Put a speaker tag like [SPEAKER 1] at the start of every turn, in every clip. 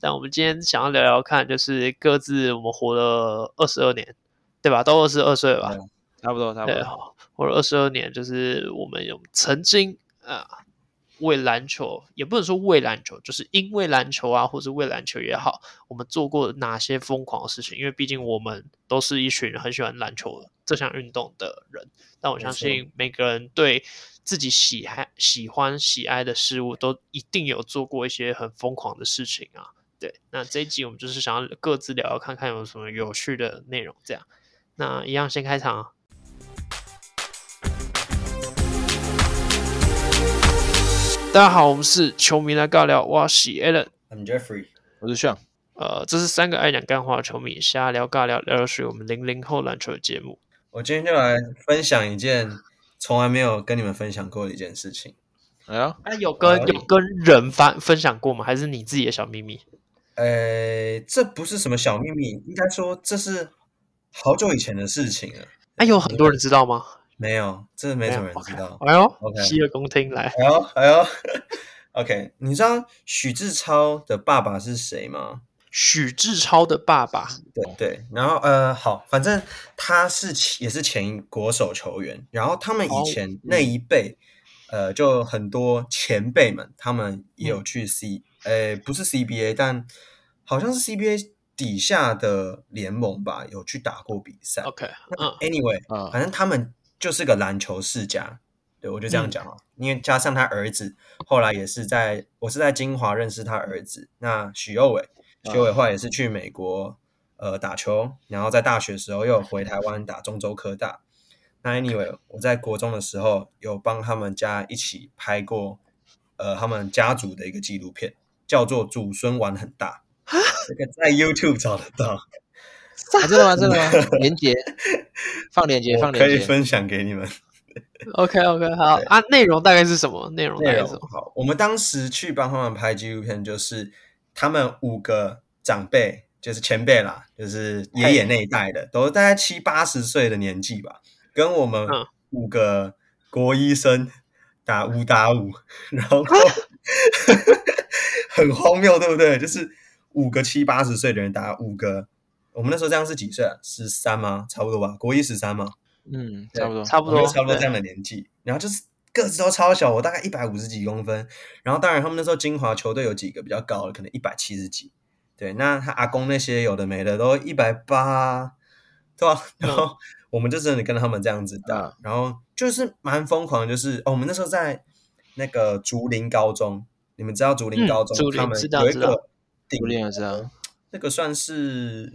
[SPEAKER 1] 但我们今天想要聊聊看，就是各自我们活了二十二年，对吧？都二十二岁了吧？
[SPEAKER 2] 差不多，啊差不
[SPEAKER 1] 对
[SPEAKER 2] 多。，
[SPEAKER 1] 活了二十二年，就是我们有曾经啊、呃为篮球，也不能说为篮球，就是因为篮球啊，或是为篮球也好，我们做过哪些疯狂的事情？因为毕竟我们都是一群很喜欢篮球的这项运动的人，但我
[SPEAKER 2] 没
[SPEAKER 1] 相
[SPEAKER 2] 错
[SPEAKER 1] 信每个人对自己喜爱、喜欢、喜爱的事物，都一定有做过一些很疯狂的事情啊。对，那这一集我们就是想要各自聊聊看看有什么有趣的内容，这样。那一样先开场啊、大家好，我们是球迷来尬聊，我是 Allen，
[SPEAKER 3] I'm Jeffrey，
[SPEAKER 2] 我是炫，
[SPEAKER 1] 呃，这是三个爱讲干话的球迷瞎聊尬聊，聊的是我们零零后篮球的节目。
[SPEAKER 3] 我今天就来分享一件从来没有跟你们分享过的一件事情。
[SPEAKER 2] 哎呀，
[SPEAKER 1] 啊，有跟
[SPEAKER 3] 哎
[SPEAKER 1] 有跟人分分享过吗？还是你自己的小秘密？
[SPEAKER 3] 呃，这不是什么小秘密，应该说这是好久以前的事情了。
[SPEAKER 1] 哎，有很多人知道吗？
[SPEAKER 3] 没有，这没什么人知道。
[SPEAKER 1] 哎呦，
[SPEAKER 3] OK
[SPEAKER 1] 洗耳恭听来。
[SPEAKER 3] 哎呦，哎呦 ，OK，你知道许志超的爸爸是谁吗？
[SPEAKER 1] 许志超的爸爸，
[SPEAKER 3] 对对，然后呃，好，反正他是前也是前国手球员，然后他们
[SPEAKER 1] 哦
[SPEAKER 3] 以前那一辈，呃，就很多前辈们，他们也有去 C，呃、不是 CBA，但好像是 CBA 底下的联盟吧，有去打过比赛。
[SPEAKER 1] OK，嗯，
[SPEAKER 3] Anyway，
[SPEAKER 2] 啊
[SPEAKER 3] 反正他们就是个篮球世家，对我就这样
[SPEAKER 2] 嗯
[SPEAKER 3] 讲啊。因为加上他儿子，后来也是在我是在金华认识他儿子，那许佑伟，
[SPEAKER 2] 啊
[SPEAKER 3] 许佑伟后来也是去美国呃打球，然后在大学时候又回台湾打中州科大。那 anyway，我在国中的时候有帮他们家一起拍过呃他们家族的一个纪录片，叫做《祖孙玩很大》，这个在 YouTube 找得到。
[SPEAKER 2] 啊真的吗？真的 吗？连接，放连接，
[SPEAKER 3] 我
[SPEAKER 2] 放
[SPEAKER 3] 可以
[SPEAKER 2] 连接。
[SPEAKER 3] 分享给你们。
[SPEAKER 1] OK OK，好啊，内容大概是什么？内容大
[SPEAKER 3] 内
[SPEAKER 1] 概
[SPEAKER 3] 容
[SPEAKER 1] 是什么？
[SPEAKER 3] 好，我们当时去帮他们拍纪录片，就是他们五个长辈，就是前辈啦，就是爷爷那一代的，都大概七八十岁的年纪吧，跟我们
[SPEAKER 1] 嗯
[SPEAKER 3] 五个国医生打五打五，然后 很荒谬，对不对？就是五个七八十岁的人打五个，我们那时候这样是几岁啊？十三吗？差不多吧，国一十三吗？
[SPEAKER 2] 嗯，差不多。
[SPEAKER 1] 差不
[SPEAKER 3] 我们
[SPEAKER 1] 多，
[SPEAKER 3] 就差不多
[SPEAKER 1] 对
[SPEAKER 3] 这样的年纪，然后就是个子都超小，我大概一百五十几公分，然后当然他们那时候金华球队有几个比较高的，可能一百七十几，对，那他阿公那些有的没的都一百八，对吧、
[SPEAKER 1] 嗯
[SPEAKER 3] 然后我们就真的跟他们这样子打，
[SPEAKER 2] 嗯
[SPEAKER 3] 然后就是蛮疯狂的，就是哦，我们那时候在那个竹林高中，你们知道竹林
[SPEAKER 1] 嗯
[SPEAKER 3] 高中、
[SPEAKER 1] 竹
[SPEAKER 3] 他
[SPEAKER 1] 林
[SPEAKER 3] 们
[SPEAKER 1] 知道
[SPEAKER 3] 有一
[SPEAKER 1] 知
[SPEAKER 3] 个
[SPEAKER 1] 道
[SPEAKER 3] 顶
[SPEAKER 2] 不练了是啊，
[SPEAKER 3] 那个算是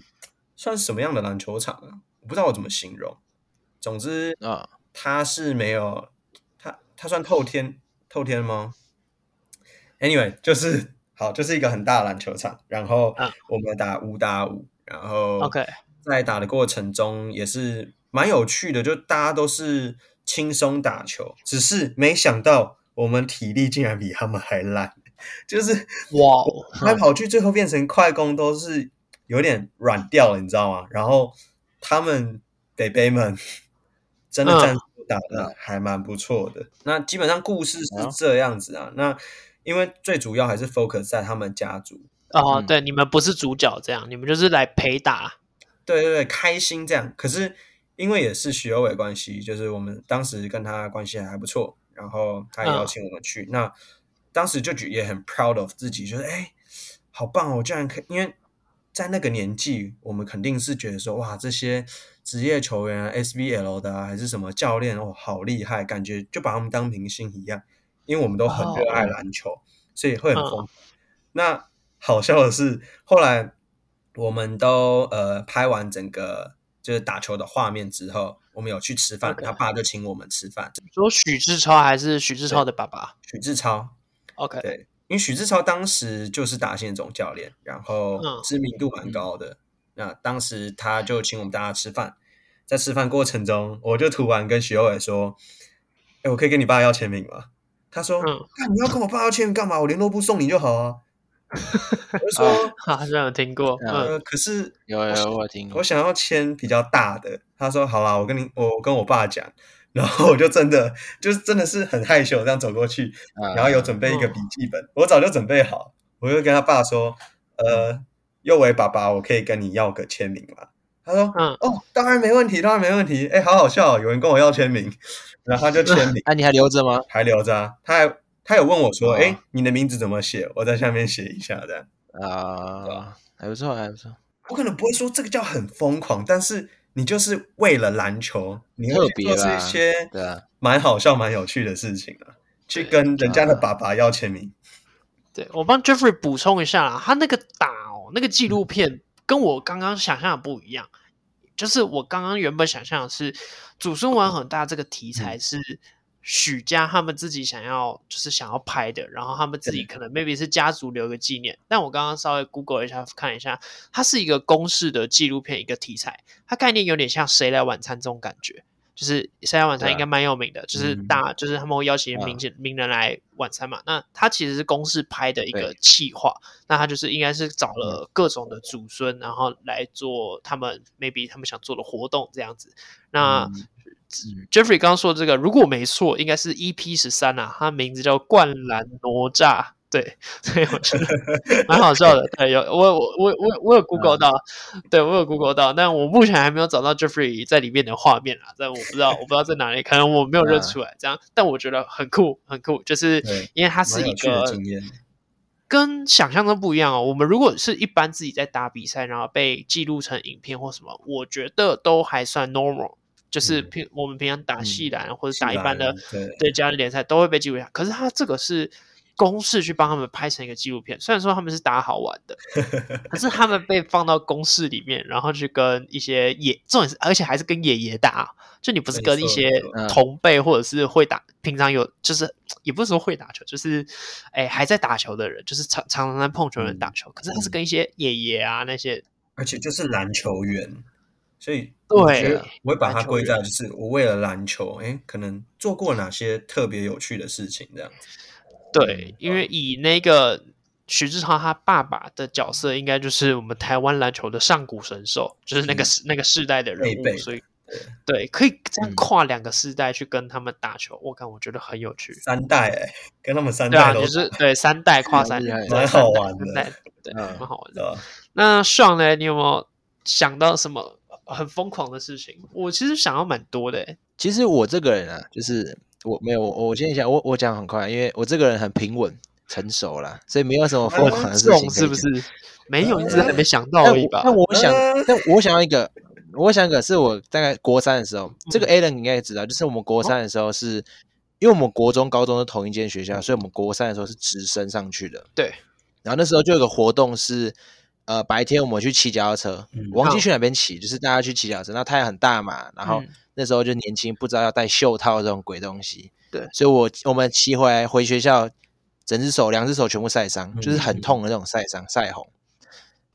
[SPEAKER 3] 算是什么样的篮球场啊？我不知道我怎么形容。总之
[SPEAKER 2] 啊，
[SPEAKER 3] 它是没有，它它算透天透天吗？Anyway，就是好，就是一个很大的篮球场，然后
[SPEAKER 1] 啊
[SPEAKER 3] 我们打五打五，然后
[SPEAKER 1] OK
[SPEAKER 3] 在打的过程中也是蛮有趣的，就大家都是轻松打球，只是没想到我们体力竟然比他们还烂，就是
[SPEAKER 1] 哇哦，
[SPEAKER 3] 跑来跑去，最后变成快攻都是有点软掉了，你知道吗？然后他们北北们 真的战术打的还蛮不错的。嗯那基本上故事是这样子啊，那因为最主要还是 focus 在他们家族，
[SPEAKER 1] 哦，
[SPEAKER 2] 嗯
[SPEAKER 1] 对，你们不是主角，这样，你们就是来陪打。
[SPEAKER 3] 对对对，开心这样。可是因为也是徐有伟关系，就是我们当时跟他关系还不错，然后他也邀请我们去。那当时就觉得也很 proud of 自己，就是哎，好棒哦！我居然可以，因为在那个年纪，我们肯定是觉得说，哇，这些职业球员啊、SBL 的啊，还是什么教练哦，好厉害，感觉就把他们当明星一样。因为我们都很热爱篮球，所以会很疯。那好笑的是，后来我们都呃拍完整个就是打球的画面之后，我们有去吃饭
[SPEAKER 1] OK
[SPEAKER 3] 他爸就请我们吃饭。
[SPEAKER 1] 说许志超还是许志超的爸爸
[SPEAKER 3] 许志超，
[SPEAKER 1] ？OK，
[SPEAKER 3] 对因为许志超当时就是打线总教练，然后
[SPEAKER 1] 嗯
[SPEAKER 3] 知名度蛮高的。那当时他就请我们大家吃饭，在吃饭过程中，我就突然跟许友伟说：“哎，我可以跟你爸要签名吗？”他说：“
[SPEAKER 1] 嗯
[SPEAKER 3] 干你要跟我爸要签名干嘛？我联络部送你就好啊。”我就说
[SPEAKER 1] 好像有听过，
[SPEAKER 2] 啊：“
[SPEAKER 1] 嗯，
[SPEAKER 3] 呃，可是
[SPEAKER 2] 有有有，我有听过
[SPEAKER 3] 我。想要签比较大的。”他说：“好啦，我跟你，我跟我爸讲。”然后我就真的就是真的是很害羞，这样走过去，
[SPEAKER 2] 啊
[SPEAKER 3] 然后有准备一个笔记本，我早就准备好，我就跟他爸说，呃，右伟爸爸，我可以跟你要个签名吗？”他说：“
[SPEAKER 1] 嗯
[SPEAKER 3] 哦，当然没问题，当然没问题。哎，好好笑哦，有人跟我要签名， 然后他就签 名，
[SPEAKER 2] 那、啊你还留着吗？
[SPEAKER 3] 还留着、啊。他还他有问我说：‘
[SPEAKER 2] 哇
[SPEAKER 3] 哎、你的名字怎么写？’我在下面写一下，这样。
[SPEAKER 2] 啊、还不错，还不错，
[SPEAKER 3] 我可能不会说这个叫很疯狂，但是你就是为了篮球，你会
[SPEAKER 2] 特
[SPEAKER 3] 去
[SPEAKER 2] 别
[SPEAKER 3] 做这
[SPEAKER 2] 啦
[SPEAKER 3] 些
[SPEAKER 2] 对啊，
[SPEAKER 3] 蛮好笑、蛮有趣的事情啊，去
[SPEAKER 1] 对啊
[SPEAKER 3] 跟人家的爸爸要签名。
[SPEAKER 1] 对我帮 Jeffrey 补充一下啦，他那个打哦，那个纪录片跟我刚刚想象的不一样。就是我刚刚原本想象的是，祖孙玩很大这个题
[SPEAKER 3] 嗯
[SPEAKER 1] 材是许家他们自己想要，就是想要拍的，然后他们自己可能 maybe 是家族留个纪念。但我刚刚稍微 Google 一下看一下，它是一个公式的纪录片一个题材，它概念有点像《谁来晚餐》这种感觉。就是《谁来晚餐》
[SPEAKER 3] 对啊
[SPEAKER 1] 应该蛮有名的，就是
[SPEAKER 3] 嗯
[SPEAKER 1] 大就是他们会邀请
[SPEAKER 2] 啊
[SPEAKER 1] 明星名人来晚餐嘛。那它其实是公式拍的一个
[SPEAKER 2] 对
[SPEAKER 1] 企划，那他就是应该是找了各种的祖孙，然后来做他们 maybe 他们想做的活动这样子。
[SPEAKER 3] 嗯
[SPEAKER 1] 那、Jeffrey 刚刚说这个，如果没错，应该是 EP 十三啊，它名字叫《灌篮哪吒》。对，所以我 觉得蛮好笑的。对，有我我我我我有
[SPEAKER 3] 嗯
[SPEAKER 1] Google 到，对我有 Google 到，但我目前还没有找到 Jeffrey 在里面的画面啊，但我不知道我不知道在哪里，可能我没有认出来这样，但我觉得很酷很酷，就是
[SPEAKER 3] 啊对
[SPEAKER 1] 因为它
[SPEAKER 3] 他
[SPEAKER 1] 是一
[SPEAKER 3] 趣的
[SPEAKER 1] 个
[SPEAKER 3] 经验，
[SPEAKER 1] 跟想象中不一样哦。我们如果是一般自己在打比赛，然后被记录成影片或什么，我觉得都还算 normal，就是
[SPEAKER 3] 嗯
[SPEAKER 1] 平、我们平常打系篮、或者
[SPEAKER 3] 是
[SPEAKER 1] 打一
[SPEAKER 3] 啦
[SPEAKER 1] 般的
[SPEAKER 3] 对
[SPEAKER 1] 对家联赛都会被记录下。可是他这个是公式去帮他们拍成一个纪录片，虽然说他们是打好玩的，可是他们被放到公式里面，然后去跟一些爷，重点是而且还是跟爷爷打，啊就你不是
[SPEAKER 3] 没
[SPEAKER 1] 跟一
[SPEAKER 3] 错
[SPEAKER 1] 些
[SPEAKER 3] 没错
[SPEAKER 2] 嗯
[SPEAKER 1] 同辈或者是会打，平常有就是也不是说会打球，就是哎还在打球的人，就是常常常在碰球的
[SPEAKER 3] 嗯
[SPEAKER 1] 人打球，可是他是跟一些爷爷啊那些
[SPEAKER 3] 而且就是篮球员，所以
[SPEAKER 1] 对
[SPEAKER 3] 我觉得我会把它
[SPEAKER 1] 篮球
[SPEAKER 3] 归在
[SPEAKER 1] 员
[SPEAKER 3] 就是我为了篮球，哎，可能做过哪些特别有趣的事情这样子。
[SPEAKER 1] 对，因为以那个徐志超他爸爸的角色，应该就是我们台湾篮球的上古神兽，就是那个
[SPEAKER 3] 嗯
[SPEAKER 1] 世、那个世代的人
[SPEAKER 3] 贝贝
[SPEAKER 1] 物，
[SPEAKER 3] 的
[SPEAKER 1] 所以对，可以这样跨两个世代去跟他们打球，我感我觉得很有趣。
[SPEAKER 3] 三代哎，跟他们三
[SPEAKER 1] 对啊，
[SPEAKER 3] 代都
[SPEAKER 1] 就是对三代跨三
[SPEAKER 2] 厉害
[SPEAKER 1] 代，
[SPEAKER 2] 蛮
[SPEAKER 1] 对
[SPEAKER 3] 好
[SPEAKER 1] 三代
[SPEAKER 3] 玩的
[SPEAKER 1] 三代对，
[SPEAKER 2] 嗯
[SPEAKER 1] 蛮好玩的
[SPEAKER 3] 对。吧？
[SPEAKER 1] 那上呢，你有没有想到什么很疯狂的事情？我其实想要蛮多的、欸，
[SPEAKER 2] 其实我这个人啊，就是我没有我我先讲，我我讲很快，因为我这个人很平稳成熟啦，所以没有什么疯狂的事情
[SPEAKER 1] 种
[SPEAKER 2] 可以
[SPEAKER 1] 是不
[SPEAKER 2] 讲
[SPEAKER 1] 是？没有，你只是还没想到
[SPEAKER 2] 但
[SPEAKER 1] 而已
[SPEAKER 2] 我
[SPEAKER 1] 吧？
[SPEAKER 2] 但我想
[SPEAKER 3] 嗯，
[SPEAKER 2] 但我想要一个，我想一个是我大概国三的时候，这个 a l a n 应该也知道，就是我们国三的时候是，因为我们国中、高中是同一间学校，所以我们国三的时候是直升上去的。
[SPEAKER 1] 对。
[SPEAKER 2] 然后那时候就有个活动是，呃，白天我们去骑脚踏车，
[SPEAKER 3] 嗯
[SPEAKER 2] 我忘记
[SPEAKER 1] 嗯
[SPEAKER 2] 去哪边骑，就是大家去骑脚踏车，那太阳很大嘛，然后
[SPEAKER 1] 嗯
[SPEAKER 2] 那时候就年轻，不知道要戴袖套这种鬼东西。
[SPEAKER 1] 对
[SPEAKER 2] 所以我我们骑回来回学校，整只手、两只手全部晒伤，就是
[SPEAKER 3] 嗯
[SPEAKER 2] 很痛的那种晒伤、晒红。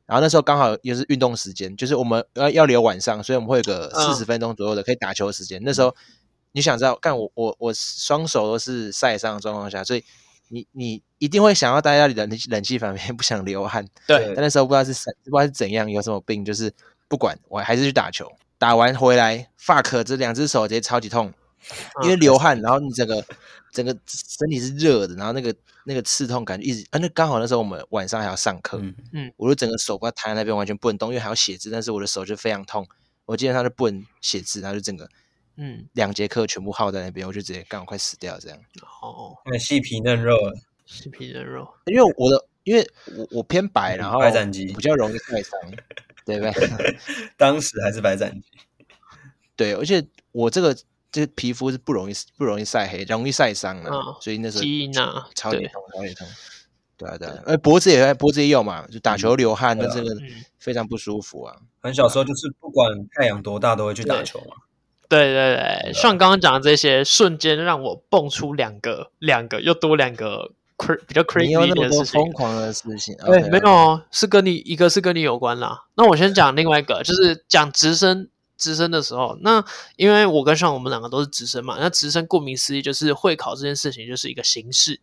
[SPEAKER 2] 然后那时候刚好又是运动时间，就是我们呃要要留晚上，所以我们会有个
[SPEAKER 1] 嗯
[SPEAKER 2] 四十分钟左右的可以打球的时间。那时候你想知道，干我我我双手都是晒伤的状况下，所以你你一定会想要待在冷气冷气房里面，不想流汗。
[SPEAKER 1] 对
[SPEAKER 2] 但那时候不知道是谁不知道是怎样，有什么病，就是不管，我还是去打球。打完回来，fuck，这两只手直接超级痛，
[SPEAKER 3] 嗯
[SPEAKER 2] 因为流汗，然后你整个整个身体是热的，然后那个那个刺痛感觉一直，啊，那刚好那时候我们晚上还要上
[SPEAKER 1] 呃
[SPEAKER 2] 课，
[SPEAKER 3] 嗯，
[SPEAKER 2] 我就整个手不知道摊在那边完全不能动，因为还要写字，但是我的手就非常痛，我基本上就不能写字，然后就整个
[SPEAKER 1] 嗯，
[SPEAKER 2] 两节课全部耗在那边，我就直接干我快死掉这样。
[SPEAKER 1] 哦，
[SPEAKER 3] 那细皮嫩肉了，
[SPEAKER 1] 是皮人肉。
[SPEAKER 2] 因为我的因为我我偏白，
[SPEAKER 3] 嗯
[SPEAKER 2] 然后
[SPEAKER 3] 白斩鸡
[SPEAKER 2] 比较容易晒伤，对吧？
[SPEAKER 3] 当时还是白斩鸡，
[SPEAKER 2] 对，而且我这个这个皮肤是不容易不容易晒黑，容易晒伤的、
[SPEAKER 1] 嗯
[SPEAKER 2] 所以那时候
[SPEAKER 1] 基因啊
[SPEAKER 2] 超级
[SPEAKER 1] 对
[SPEAKER 2] 痛，超级痛。对啊，对啊，呃，脖子也脖子也有嘛，就打球流汗，那
[SPEAKER 3] 对啊
[SPEAKER 2] 这个
[SPEAKER 1] 嗯
[SPEAKER 2] 非常不舒服啊。
[SPEAKER 3] 很小时候就是不管太阳多大都会去打
[SPEAKER 1] 对
[SPEAKER 3] 球嘛。
[SPEAKER 1] 对对
[SPEAKER 2] 啊
[SPEAKER 1] 对，像刚刚讲的这些，瞬间让我蹦出两个、两个又多两个 cra 比较
[SPEAKER 2] 没有
[SPEAKER 1] crazy
[SPEAKER 2] 那么
[SPEAKER 1] 的事
[SPEAKER 2] 多
[SPEAKER 1] 情
[SPEAKER 2] 疯。狂啊的事情，
[SPEAKER 1] 对
[SPEAKER 2] OK，
[SPEAKER 1] 没有哦，是跟你一个是跟你有关啦。那我先讲另外一个，就是讲直升直升的时候，那因为我跟上我们两个都是直升嘛，那直升顾名思义就是会考这
[SPEAKER 2] 嗯
[SPEAKER 1] 件事情就是一个形式，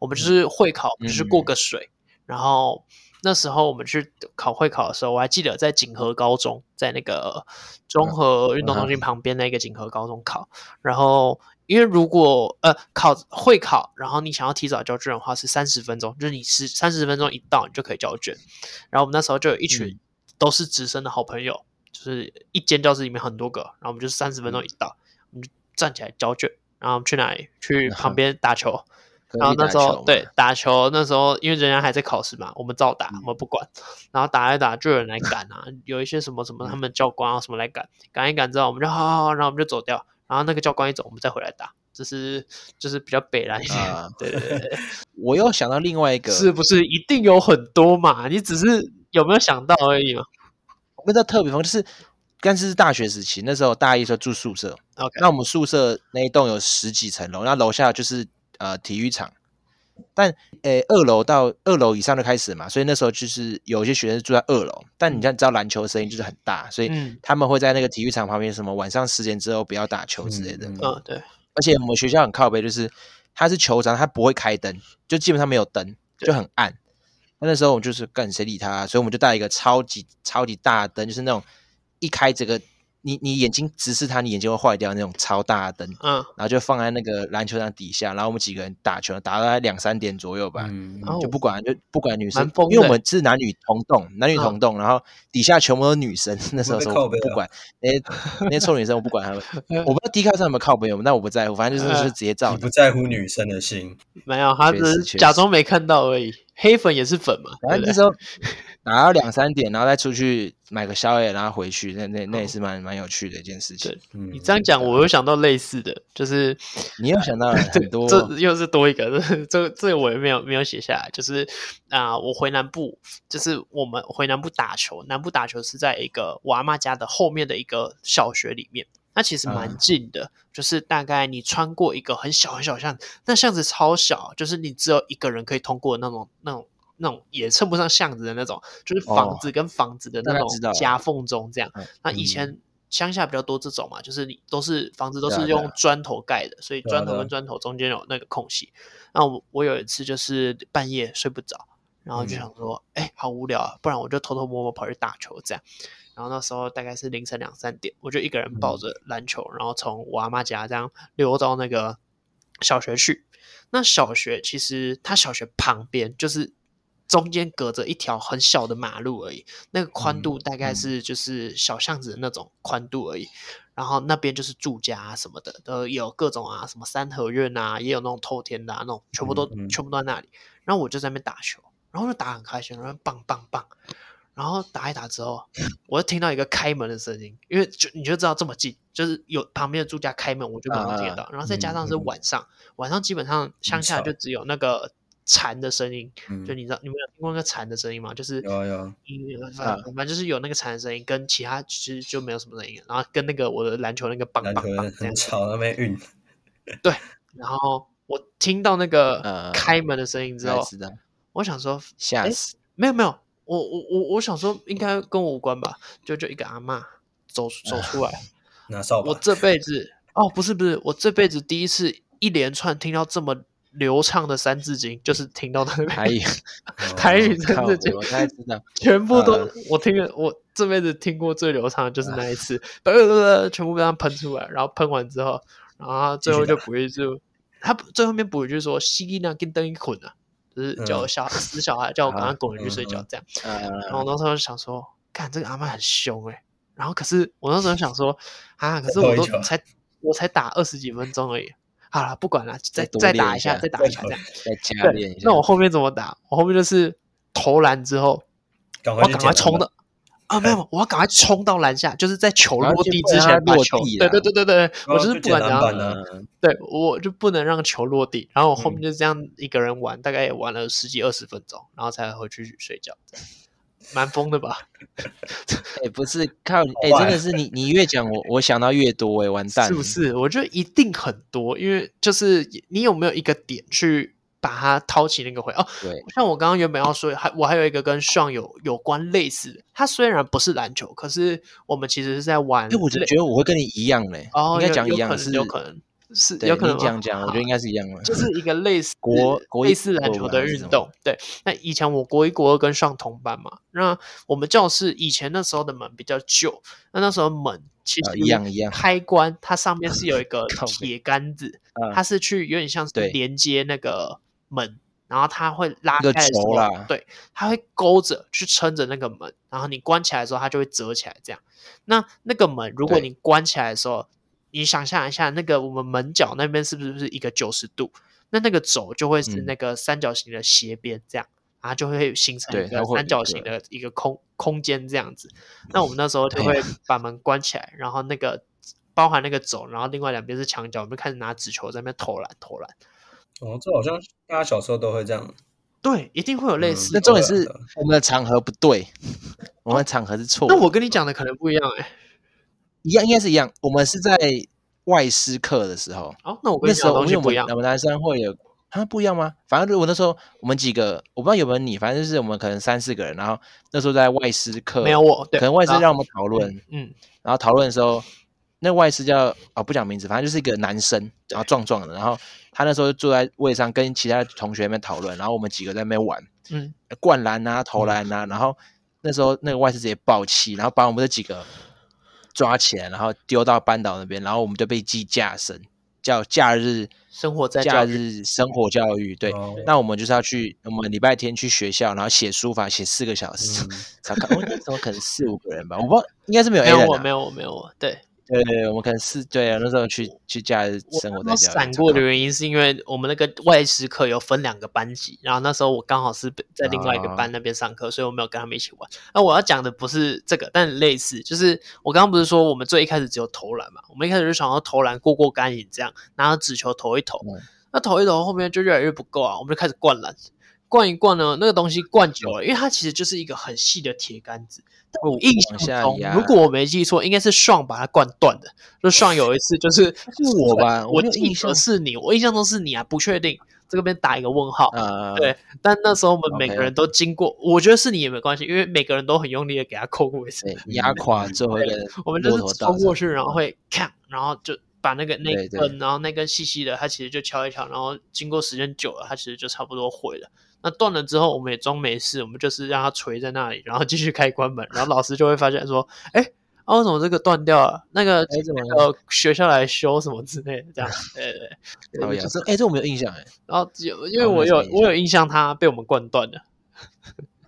[SPEAKER 1] 我们就是会考，我们就是过个水，然后那时候我们去考会考的时候，我还记得在锦和高中，在那个中和运动中心旁边那个锦和高中考。然后，因为如果呃考会考，然后你想要提早交卷的话，是三十分钟，就是你是三十分钟一到，你就可以交卷。然后我们那时候就有一群都是直升的好朋友，就是一间教室里面很多个，然后我们就三十分钟一到，我们就站起来交卷，然后我们去哪里？去旁边打球。然后那时候对打球，那时候因为人家还在考试嘛，我们照打，我
[SPEAKER 2] 嗯
[SPEAKER 1] 们不管。然后打一打，就有人来赶 啊，有一些什么
[SPEAKER 2] 嗯
[SPEAKER 1] 什么他们教官啊什么来赶，赶一赶之后，我们就好好好，然后我们就走掉。然后那个教官一走，我们再回来打，这是就是比较北蓝一点。
[SPEAKER 2] 啊
[SPEAKER 1] 对对对 对，
[SPEAKER 2] 我又想到另外一个，
[SPEAKER 1] 是不是一定有很多嘛？你只是有没有想到而已嘛
[SPEAKER 2] 我们叫特别风，就是但是是大学时期，那时候大一的时候住宿舍，
[SPEAKER 1] ？OK，
[SPEAKER 2] 那我们宿舍那一栋有十几层楼，那楼下就是呃体育场，但呃二楼到二楼以上就开始嘛，所以那时候就是有些学生住在二楼，但你
[SPEAKER 3] 嗯
[SPEAKER 2] 像你知道篮球声音就是很大，所以
[SPEAKER 1] 嗯
[SPEAKER 2] 他们会在那个体育场旁边什么晚上十点之后不要打球之类的，
[SPEAKER 3] 嗯
[SPEAKER 1] 嗯，对，
[SPEAKER 2] 而且我们学校很靠北，就是它是球场，它不会开灯，就基本上没有灯，
[SPEAKER 1] 对
[SPEAKER 2] 就很暗。那那时候我们就是干谁理他、啊，所以我们就带一个超级超级大的灯，就是那种一开这个你你眼睛直视它，你眼睛会坏掉那种超大的灯，
[SPEAKER 1] 嗯，
[SPEAKER 2] 然后就放在那个篮球场底下，然后我们几个人打球，打到大概两三点左右吧，
[SPEAKER 3] 嗯
[SPEAKER 1] 然后
[SPEAKER 2] 就不管就不管女
[SPEAKER 1] 哦蛮
[SPEAKER 2] 生
[SPEAKER 1] 疯，
[SPEAKER 2] 因为
[SPEAKER 1] 的
[SPEAKER 2] 我们是男女同栋，男女
[SPEAKER 1] 嗯
[SPEAKER 2] 同栋，然后底下全部都是女生。那时候
[SPEAKER 3] 会被
[SPEAKER 2] 说
[SPEAKER 3] 靠
[SPEAKER 2] 我
[SPEAKER 3] 背
[SPEAKER 2] 不
[SPEAKER 3] 啊
[SPEAKER 2] 管那些那些臭女生，我不管她们，
[SPEAKER 1] 嗯
[SPEAKER 2] 我不知道 D 卡上有没有靠朋友，但我不在乎，反正就是
[SPEAKER 1] 嗯
[SPEAKER 2] 就是直接照
[SPEAKER 3] 你
[SPEAKER 2] 的
[SPEAKER 3] 不。在乎女生的心，
[SPEAKER 1] 没有，他只
[SPEAKER 2] 确
[SPEAKER 1] 是
[SPEAKER 2] 实确
[SPEAKER 1] 假
[SPEAKER 2] 实
[SPEAKER 1] 装没看到而已。黑粉也是粉嘛，
[SPEAKER 2] 反
[SPEAKER 1] 对
[SPEAKER 2] 正
[SPEAKER 1] 不
[SPEAKER 2] 那
[SPEAKER 1] 对？
[SPEAKER 2] 时候打到两三点，然后再出去买个宵夜，然后回去，那那那也是蛮蛮有趣的一件事情
[SPEAKER 1] 哦对。
[SPEAKER 3] 嗯
[SPEAKER 1] 你这样
[SPEAKER 2] 啊
[SPEAKER 1] 讲，我又想到类似的，就是
[SPEAKER 2] 你又想 到了很多，
[SPEAKER 1] 这又是多一个，这这这个我也没有没有写下来。就是啊、我回南部，就是我们回南部打球，南部打球是在一个我阿妈家的后面的一个小学里面，那其实蛮
[SPEAKER 2] 嗯
[SPEAKER 1] 近的，就是大概你穿过一个很小很小巷，那巷子超小，就是你只有一个人可以通过的那种那种。那种也称不上巷子的那种，就是房
[SPEAKER 2] 哦
[SPEAKER 1] 子跟房子的
[SPEAKER 2] 大
[SPEAKER 1] 那
[SPEAKER 2] 概
[SPEAKER 1] 种
[SPEAKER 2] 知道了
[SPEAKER 1] 夹缝中这样。
[SPEAKER 2] 嗯
[SPEAKER 1] 那以
[SPEAKER 3] 嗯
[SPEAKER 1] 前乡下比较多这种嘛，就是你都是房子都
[SPEAKER 2] 对啊
[SPEAKER 1] 是
[SPEAKER 2] 对啊
[SPEAKER 1] 用砖头盖的，所以
[SPEAKER 3] 对啊
[SPEAKER 1] 砖头
[SPEAKER 3] 对啊
[SPEAKER 1] 跟砖头中间有那个空隙。那我我有一次就是半夜睡不着，然后就
[SPEAKER 3] 嗯
[SPEAKER 1] 想说，哎、好无聊啊，不然我就偷偷摸摸跑去打球这样。然后那时候大概是凌晨两三点，我就一个人
[SPEAKER 3] 嗯
[SPEAKER 1] 抱着篮球，然后从我阿妈家这样溜到那个小学去。那小学其实它小学旁边就是中间隔着一条很小的马路而已，那个宽
[SPEAKER 3] 嗯
[SPEAKER 1] 度大概
[SPEAKER 3] 嗯
[SPEAKER 1] 是就是小巷子的那种宽度而已。然后那边就是住家啊什么的，呃，有各种啊，什么三合院啊，也有那种透天的啊，那种全部都、
[SPEAKER 3] 嗯嗯
[SPEAKER 1] 全部都在那里。然后我就在那边打球，然后就打得很开心，然后棒棒棒。然后打一打之后，我就听到一个开门的声音，因为就你就知道这么近，就是有旁边的住家开门，我就马上听得到。然后再加上是
[SPEAKER 3] 嗯嗯
[SPEAKER 1] 晚上，晚上基本上乡下
[SPEAKER 3] 吵
[SPEAKER 1] 就只有那个蝉的声音，
[SPEAKER 3] 嗯
[SPEAKER 1] 就你知道你们有听过那个蝉的声音吗？就是
[SPEAKER 3] 有啊有啊
[SPEAKER 1] 音乐反反正就是有那个蝉的声音，跟其他其实就没有什么声音，然后跟那个我的篮球那个棒
[SPEAKER 3] 篮
[SPEAKER 1] 棒
[SPEAKER 3] 球
[SPEAKER 1] 棒
[SPEAKER 3] 人
[SPEAKER 1] 这样
[SPEAKER 3] 很，吵，那边运，
[SPEAKER 1] 然后我听到那个
[SPEAKER 3] 嗯
[SPEAKER 2] 呃
[SPEAKER 1] 开门的声音之
[SPEAKER 2] 才
[SPEAKER 1] 后，
[SPEAKER 2] 知道
[SPEAKER 1] 我想说
[SPEAKER 2] 吓
[SPEAKER 1] 诶
[SPEAKER 2] 死。
[SPEAKER 1] 没有没有，我我我我想说应该跟我无关吧，就就一个阿嬷走走出 来，
[SPEAKER 3] 拿扫
[SPEAKER 1] 我
[SPEAKER 3] 把，
[SPEAKER 1] 这辈子哦不是不是，我这辈子第一次一连串听到这么流畅的三字经，就是听到那
[SPEAKER 3] 哎
[SPEAKER 2] 台
[SPEAKER 1] 边
[SPEAKER 2] 语，
[SPEAKER 1] 台语三
[SPEAKER 2] 哎靠
[SPEAKER 1] 字经
[SPEAKER 2] 我，才知道，
[SPEAKER 1] 全部都、
[SPEAKER 2] 呃啊
[SPEAKER 1] 我听了，我这辈子听过最流畅的就是那一次，不不不，全部被他喷出来，然后喷完之后，然后他最后就补一句，他最后面补一句说“西那跟灯一捆啊”，就是
[SPEAKER 2] 嗯
[SPEAKER 1] 叫我小、死小孩，
[SPEAKER 2] 啊
[SPEAKER 1] 叫我赶快滚回去睡觉这样。
[SPEAKER 2] 呃，
[SPEAKER 1] 然后我那时候就想说，看这个阿嬷很凶哎、然后可是我那时候想说，啊，可是我都
[SPEAKER 3] 最后一球
[SPEAKER 1] 才我才打二十几分钟而已，好了，不管了，再
[SPEAKER 2] 再多
[SPEAKER 1] 再打
[SPEAKER 2] 练
[SPEAKER 1] 一
[SPEAKER 2] 一
[SPEAKER 1] 下，
[SPEAKER 2] 下
[SPEAKER 1] 再打一下这样。
[SPEAKER 2] 再加
[SPEAKER 1] 对
[SPEAKER 2] 练一，下。
[SPEAKER 1] 那我后面怎么打？我后面就是投篮之后。
[SPEAKER 3] 赶
[SPEAKER 1] 我
[SPEAKER 3] 快
[SPEAKER 1] 要赶
[SPEAKER 3] 去
[SPEAKER 1] 快
[SPEAKER 3] 捡篮
[SPEAKER 1] 冲
[SPEAKER 3] 板
[SPEAKER 1] 的。啊，没有，我要赶快冲到篮下，就是在球
[SPEAKER 2] 然后
[SPEAKER 1] 落
[SPEAKER 2] 就
[SPEAKER 1] 地
[SPEAKER 2] 不
[SPEAKER 1] 之
[SPEAKER 2] 让
[SPEAKER 1] 前
[SPEAKER 2] 它
[SPEAKER 1] 把
[SPEAKER 2] 落
[SPEAKER 1] 球，
[SPEAKER 2] 地
[SPEAKER 1] 对
[SPEAKER 2] 啦
[SPEAKER 1] 对对对对，
[SPEAKER 3] 然
[SPEAKER 1] 我
[SPEAKER 3] 后
[SPEAKER 1] 就是
[SPEAKER 3] 就
[SPEAKER 1] 不
[SPEAKER 3] 哦捡
[SPEAKER 1] 管怎
[SPEAKER 3] 篮
[SPEAKER 1] 样
[SPEAKER 3] 板，啊了
[SPEAKER 2] 嗯
[SPEAKER 1] 对我就不能让球落地。然后我后
[SPEAKER 3] 嗯
[SPEAKER 1] 面就这样一个人玩，大概也玩了十几二十分钟，然后才回去睡觉，这样蛮疯的吧？
[SPEAKER 2] 哎、不是靠，哎、
[SPEAKER 3] 坏
[SPEAKER 2] 真的是你，你越讲我，我想到越多、哎，完蛋了，
[SPEAKER 1] 是不是？我觉得一定很多，因为就是你有没有一个点去把它掏起那个回哦，
[SPEAKER 2] 对，
[SPEAKER 1] 像我刚刚原本要说，还我还有一个跟 Sean 有有关类似的，它虽然不是篮球，可是我们其实是在玩
[SPEAKER 2] 哎，我就
[SPEAKER 1] 类
[SPEAKER 2] 觉得我会跟你一样嘞、
[SPEAKER 1] 哦，
[SPEAKER 2] 应该
[SPEAKER 1] 有
[SPEAKER 2] 讲
[SPEAKER 1] 有
[SPEAKER 2] 一
[SPEAKER 1] 可
[SPEAKER 2] 样
[SPEAKER 1] 能
[SPEAKER 2] 是
[SPEAKER 1] 有可能是
[SPEAKER 2] 对
[SPEAKER 1] 有可能
[SPEAKER 2] 你
[SPEAKER 1] 吗
[SPEAKER 2] 这样讲，我觉得应该是一样的。
[SPEAKER 1] 就是一个类似
[SPEAKER 2] 国国一
[SPEAKER 1] 类似篮球的运动。对，那以前我国一国二跟上同班嘛，那我们教室以前那时候的门比较旧，那那时候门其
[SPEAKER 2] 啊
[SPEAKER 1] 实
[SPEAKER 2] 一样一样
[SPEAKER 1] 开关它上面是有一个
[SPEAKER 2] 靠北
[SPEAKER 1] 铁杆子
[SPEAKER 2] 嗯，
[SPEAKER 1] 它是去有点像是
[SPEAKER 2] 对
[SPEAKER 1] 连接那个门。然后它会拉
[SPEAKER 2] 一个
[SPEAKER 1] 开的时候
[SPEAKER 2] 轴啦
[SPEAKER 1] 对，它会勾着去撑着那个门，然后你关起来的时候，它就会折起来这样。那那个门，如果
[SPEAKER 2] 对
[SPEAKER 1] 你关起来的时候，你想象一下，那个我们门角那边是不是一个九十度？那那个轴就会是
[SPEAKER 2] 嗯
[SPEAKER 1] 那个三角形的斜边这样，然啊后就会形成
[SPEAKER 2] 对
[SPEAKER 1] 一
[SPEAKER 2] 它
[SPEAKER 1] 个
[SPEAKER 2] 会有
[SPEAKER 1] 三角形的一个空空间这样子。那我们那时候就
[SPEAKER 2] 对
[SPEAKER 1] 会把门关起来，然后那个包含那个轴，然后另外两边是墙角，我们就开始拿纸球在那边投篮投篮。
[SPEAKER 3] 哦，这好像大家小时候都会这样。嗯
[SPEAKER 1] 对，一定会有类似
[SPEAKER 2] 那
[SPEAKER 1] 的。
[SPEAKER 2] 重点
[SPEAKER 3] 对
[SPEAKER 2] 是
[SPEAKER 3] 对
[SPEAKER 2] 我们的场合不对，我们的场合是错的。
[SPEAKER 1] 哦那我跟你讲的可能不一样哎、
[SPEAKER 2] 一样应该是一样，我们是在外师课的时候，
[SPEAKER 1] 哦，那我跟
[SPEAKER 2] 那
[SPEAKER 1] 你
[SPEAKER 2] 时
[SPEAKER 1] 讲
[SPEAKER 2] 候
[SPEAKER 1] 的东
[SPEAKER 2] 我们
[SPEAKER 1] 西
[SPEAKER 2] 我
[SPEAKER 1] 不一
[SPEAKER 2] 们
[SPEAKER 1] 样
[SPEAKER 2] 我。们男生会有啊不一样吗？反正我那时候我们几个我不知道有没有你，反正就是我们可能三四个人，然后那时候在外师课
[SPEAKER 1] 没有，我，对，
[SPEAKER 2] 可能外师
[SPEAKER 1] 然后
[SPEAKER 2] 让我们讨论，
[SPEAKER 1] 嗯，
[SPEAKER 2] 然后讨论的时候，那外师叫啊、哦、不讲名字，反正就是一个男生，然后壮壮的，然后他那时候就坐在位上跟其他同学们讨论，然后我们几个在那边玩，
[SPEAKER 1] 嗯，
[SPEAKER 2] 灌篮啊、投篮啊，然后那时候那个外师直接爆气，然后把我们这几个抓起来，然后丢到班导那边，然后我们就被记假生，叫假日
[SPEAKER 1] 生活在
[SPEAKER 2] 假
[SPEAKER 1] 教育
[SPEAKER 2] 日生活教育，对。
[SPEAKER 3] 哦
[SPEAKER 2] 那我们就是要去，我们礼拜天去学校，然后写书法，写四个小时
[SPEAKER 3] 嗯，
[SPEAKER 2] 才哦看。我那时候可能四五个人吧，我不知道，应该是没有
[SPEAKER 1] 没
[SPEAKER 2] A 人、
[SPEAKER 1] 有
[SPEAKER 2] 啊，
[SPEAKER 1] 我，没有我，没有我，对。
[SPEAKER 2] 对对，对，我们可能是对啊，那时候去去假日
[SPEAKER 1] 我
[SPEAKER 2] 生活在
[SPEAKER 1] 那时
[SPEAKER 2] 家
[SPEAKER 1] 候
[SPEAKER 2] 里。
[SPEAKER 1] 闪过的原因是因为我们那个外师课有分两个班级，然后那时候我刚好是被在另外一个
[SPEAKER 2] 哦
[SPEAKER 1] 班那边上课，所以我没有跟他们一起玩。那我要讲的不是这个，但类似，就是我刚刚不是说我们最一开始只有投篮嘛，我们一开始就想要投篮过过干瘾，这样拿纸球投一投，
[SPEAKER 2] 嗯
[SPEAKER 1] 那投一投后面就越来越不够啊，我们就开始灌篮。灌一灌呢，那个东西灌久了，因为它其实就是一个很细的铁杆子。但我印
[SPEAKER 2] 往
[SPEAKER 1] 象
[SPEAKER 2] 下
[SPEAKER 1] 中，
[SPEAKER 2] 压
[SPEAKER 1] 如果我没记错，应该是爽把它灌断的。就上有一次 就是
[SPEAKER 2] 是我吧我
[SPEAKER 1] 我
[SPEAKER 2] 没有
[SPEAKER 1] 记
[SPEAKER 2] 印
[SPEAKER 1] 得
[SPEAKER 2] 象
[SPEAKER 1] 是你，我印象中是你啊，不确定这个边打一个问号。
[SPEAKER 2] 呃，
[SPEAKER 1] 对，但那时候我们每
[SPEAKER 2] OK
[SPEAKER 1] 个人都经过，我觉得是你也没关系，因为每个人都很用力的给他扣过一次。
[SPEAKER 2] 对，压垮最后一个
[SPEAKER 1] 我们就
[SPEAKER 2] 骆
[SPEAKER 1] 是
[SPEAKER 2] 驼
[SPEAKER 1] 冲
[SPEAKER 2] 稻
[SPEAKER 1] 过
[SPEAKER 2] 草。
[SPEAKER 1] 去，然后会看，然后就把那个那
[SPEAKER 2] 对
[SPEAKER 1] 一
[SPEAKER 2] 对
[SPEAKER 1] 根，然后那根细细的，它其实就敲一敲，然后经过时间久了，它其实就差不多毁了。那断了之后，我们也装没事，我们就是让它垂在那里，然后继续开关门，然后老师就会发现说，哎、啊，为什么这个断掉了？那个
[SPEAKER 2] 哎怎么了
[SPEAKER 1] 呃，学校来修什么之类 的，这样，对对对，我
[SPEAKER 2] 好
[SPEAKER 1] 们
[SPEAKER 2] 呀
[SPEAKER 1] 就，是
[SPEAKER 2] 这哎，这我没有印象哎。
[SPEAKER 1] 然后有，因为
[SPEAKER 2] 然后
[SPEAKER 1] 我
[SPEAKER 2] 没
[SPEAKER 1] 有
[SPEAKER 2] 什么印
[SPEAKER 1] 我有印象，他被我们灌断的，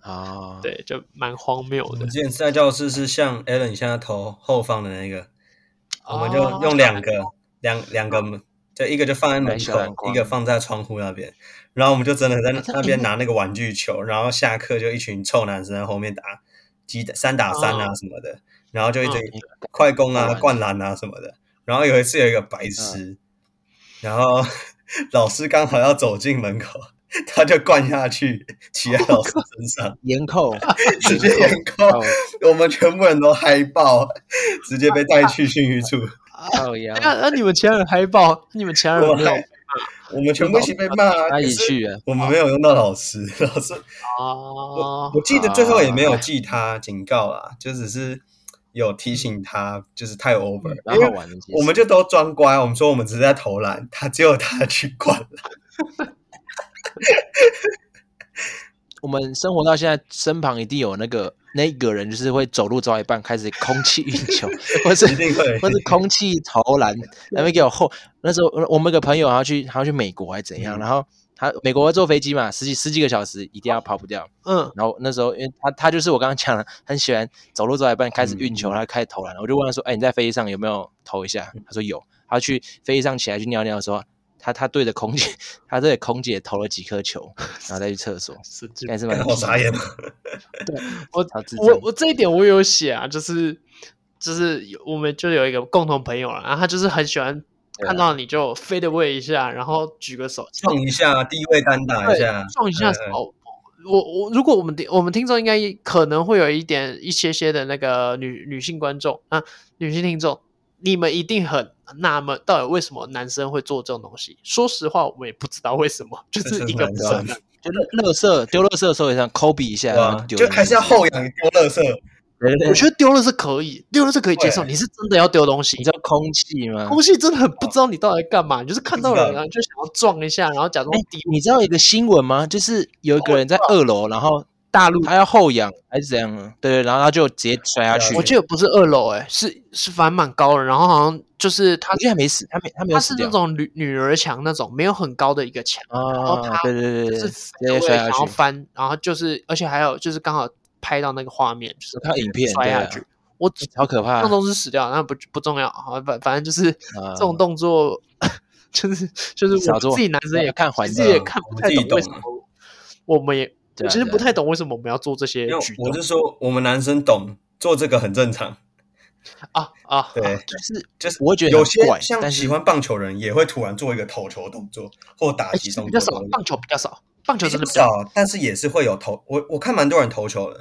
[SPEAKER 2] 哦，，
[SPEAKER 1] 对，就蛮荒谬
[SPEAKER 3] 我
[SPEAKER 1] 的
[SPEAKER 2] 嗯
[SPEAKER 3] 们。之前在教室是像 Alan 现在投后方的那个，我们就
[SPEAKER 1] 哦
[SPEAKER 3] 用两个两两个门，就一个就放在门
[SPEAKER 2] 来小篮
[SPEAKER 3] 口，
[SPEAKER 2] 筐
[SPEAKER 3] 一个放在窗户那边。然后我们就真的在那
[SPEAKER 2] 哎这
[SPEAKER 3] 那边
[SPEAKER 2] 哎
[SPEAKER 3] 拿那个玩具球，然后下课就一群臭男生在后面打几三打三啊什么的，然后就一直
[SPEAKER 2] 嗯
[SPEAKER 3] 快攻啊、
[SPEAKER 2] 灌篮
[SPEAKER 3] 灌篮啊什么的。然后有一次有一个白痴，然后老师刚好要走进门口， 他就灌下去骑在老师身上，
[SPEAKER 2] 严扣，
[SPEAKER 3] 直接哦严扣。
[SPEAKER 2] 靠
[SPEAKER 3] 我们全部人都嗨爆， 直接被带去训育处，
[SPEAKER 2] 靠腰，
[SPEAKER 1] 那那你们其他人嗨爆，你们其他人
[SPEAKER 3] 我
[SPEAKER 1] 没有
[SPEAKER 3] 们我们全部一起被骂啊！
[SPEAKER 2] 他
[SPEAKER 3] 可
[SPEAKER 2] 一起
[SPEAKER 3] 是
[SPEAKER 2] 去啊，
[SPEAKER 3] 我们没有用到老师， 老师
[SPEAKER 1] 哦，
[SPEAKER 3] 我记得最后也没有记他警告啊，就只是有提醒他，就是太 over，
[SPEAKER 2] 蛮
[SPEAKER 3] 因
[SPEAKER 2] 好
[SPEAKER 3] 为
[SPEAKER 2] 玩的。其实
[SPEAKER 3] 我们就都装乖，我们说我们只是在投篮，他只有他去灌篮。
[SPEAKER 2] 我们生活到现在，身旁一定有那个那个人，就是会走路走到一半开始空气运 球，或是
[SPEAKER 3] 一定会
[SPEAKER 2] 或是空气投篮，那边给我后。那时候我们有个朋友，然后去他要去美国还是怎样，
[SPEAKER 3] 嗯
[SPEAKER 2] 然后他美国坐飞机嘛，十几十几个小时，一定要跑不掉。
[SPEAKER 1] 嗯，
[SPEAKER 2] 然后那时候因为他他就是我刚刚讲的，很喜欢走路走到一半开始运球，
[SPEAKER 3] 嗯
[SPEAKER 2] 他开始投篮，我就问他说：“哎，你在飞机上有没有投一下？”他说有。他去飞机上起来去尿尿的时候，他他对着空姐，他对着空姐投了几颗球，然后再去厕 所，
[SPEAKER 1] 神
[SPEAKER 2] 应
[SPEAKER 1] 经
[SPEAKER 2] 该是蛮
[SPEAKER 3] 好傻眼啊！
[SPEAKER 1] 我
[SPEAKER 2] 超智
[SPEAKER 1] 我
[SPEAKER 2] 障。
[SPEAKER 1] 我这一点我有写啊，就是就是有我们就有一个共同朋友啊，然后他就是很喜欢
[SPEAKER 2] 对啊
[SPEAKER 1] 看到你就飞的位一下，然后举个手，
[SPEAKER 3] 撞一下，第一位单打一下
[SPEAKER 1] 对，撞一下
[SPEAKER 3] 嗯
[SPEAKER 1] 手。我我如果我们听我们听众应该可能会有一点一些些的那个女女性观众啊，女性听众，你们一定很纳闷，到底为什么男生会做这种东西？说实话，我们也不知道为什么，就
[SPEAKER 3] 这
[SPEAKER 1] 是
[SPEAKER 3] 是
[SPEAKER 1] 一个
[SPEAKER 3] 男
[SPEAKER 1] 不
[SPEAKER 3] 生
[SPEAKER 1] 正常
[SPEAKER 2] 就乐色丢乐色的时候也像抠比一下，
[SPEAKER 3] 对
[SPEAKER 2] 然
[SPEAKER 3] 吧
[SPEAKER 2] 啊后？丢
[SPEAKER 3] 就还是要
[SPEAKER 2] 后
[SPEAKER 3] 后仰丢垃圾，
[SPEAKER 2] 对对
[SPEAKER 1] 我觉得丢了是可以，丢了是可以接受。
[SPEAKER 3] 对
[SPEAKER 1] 你是真的要丢东西
[SPEAKER 2] 你，知道空气吗？
[SPEAKER 1] 空气真的很
[SPEAKER 2] 嗯
[SPEAKER 1] 不知道你到底在干嘛，你就是看到人啊，你就想要撞一下，然后假装
[SPEAKER 2] 哎
[SPEAKER 1] 低
[SPEAKER 2] 你知道有一个新闻吗？就是有一个人在二楼，然后
[SPEAKER 1] 大陆。
[SPEAKER 2] 他要后仰还是怎样啊？对，然后他就直接摔下去。
[SPEAKER 1] 我记得不是二楼，哎，是是反正蛮高的，然后好像就是他
[SPEAKER 2] 我记得还没死，他没他没
[SPEAKER 1] 他
[SPEAKER 2] 有
[SPEAKER 1] 是
[SPEAKER 2] 死
[SPEAKER 1] 那
[SPEAKER 2] 掉
[SPEAKER 1] 种女女儿墙那种，没有很高的一个墙，后
[SPEAKER 2] 啊
[SPEAKER 1] 他！
[SPEAKER 2] 对对
[SPEAKER 1] 就
[SPEAKER 2] 对
[SPEAKER 1] 是飞
[SPEAKER 2] 对，接
[SPEAKER 1] 过来
[SPEAKER 2] 摔下
[SPEAKER 1] 想要
[SPEAKER 2] 去
[SPEAKER 1] 翻，然后就是而且还有就是刚好拍到那个画面，就是
[SPEAKER 2] 看影片
[SPEAKER 1] 摔
[SPEAKER 2] 对
[SPEAKER 1] 下
[SPEAKER 2] 啊
[SPEAKER 1] 去。我只
[SPEAKER 2] 好可怕
[SPEAKER 1] 那都是死掉，那不不重要啊，反反正就是这
[SPEAKER 2] 啊
[SPEAKER 1] 种动作， 就是就是
[SPEAKER 2] 少
[SPEAKER 1] 我
[SPEAKER 2] 做
[SPEAKER 1] 自己男生也
[SPEAKER 2] 看环
[SPEAKER 1] 其
[SPEAKER 2] 境啊
[SPEAKER 1] 实也
[SPEAKER 3] 嗯
[SPEAKER 1] 看
[SPEAKER 3] 我
[SPEAKER 1] 不太
[SPEAKER 3] 自己
[SPEAKER 1] 懂为
[SPEAKER 3] 懂
[SPEAKER 1] 什么我们也我
[SPEAKER 2] 对啊
[SPEAKER 1] 其实
[SPEAKER 2] 对
[SPEAKER 1] 不
[SPEAKER 2] 啊
[SPEAKER 1] 太懂为什么我们要做这些
[SPEAKER 3] 没有
[SPEAKER 1] 举，
[SPEAKER 3] 我
[SPEAKER 1] 动
[SPEAKER 3] 是说我们男生懂做这个很正常，
[SPEAKER 1] 啊啊，
[SPEAKER 3] 对，
[SPEAKER 2] 就是
[SPEAKER 3] 就是
[SPEAKER 2] 我会觉得
[SPEAKER 3] 有
[SPEAKER 2] 很
[SPEAKER 3] 些
[SPEAKER 2] 怪
[SPEAKER 3] 像
[SPEAKER 2] 但
[SPEAKER 3] 喜
[SPEAKER 2] 是
[SPEAKER 3] 欢棒球人也会突然做一个投球动作或打
[SPEAKER 1] 哎其
[SPEAKER 3] 击
[SPEAKER 1] 实
[SPEAKER 3] 动
[SPEAKER 1] 比
[SPEAKER 3] 作
[SPEAKER 1] 较
[SPEAKER 3] 都
[SPEAKER 1] 少
[SPEAKER 3] 有，，
[SPEAKER 1] 棒球比较少，棒球真的
[SPEAKER 3] 比
[SPEAKER 1] 比
[SPEAKER 3] 较
[SPEAKER 1] 较少。
[SPEAKER 3] 少，但是也是会有投。我我看蛮多人投球的，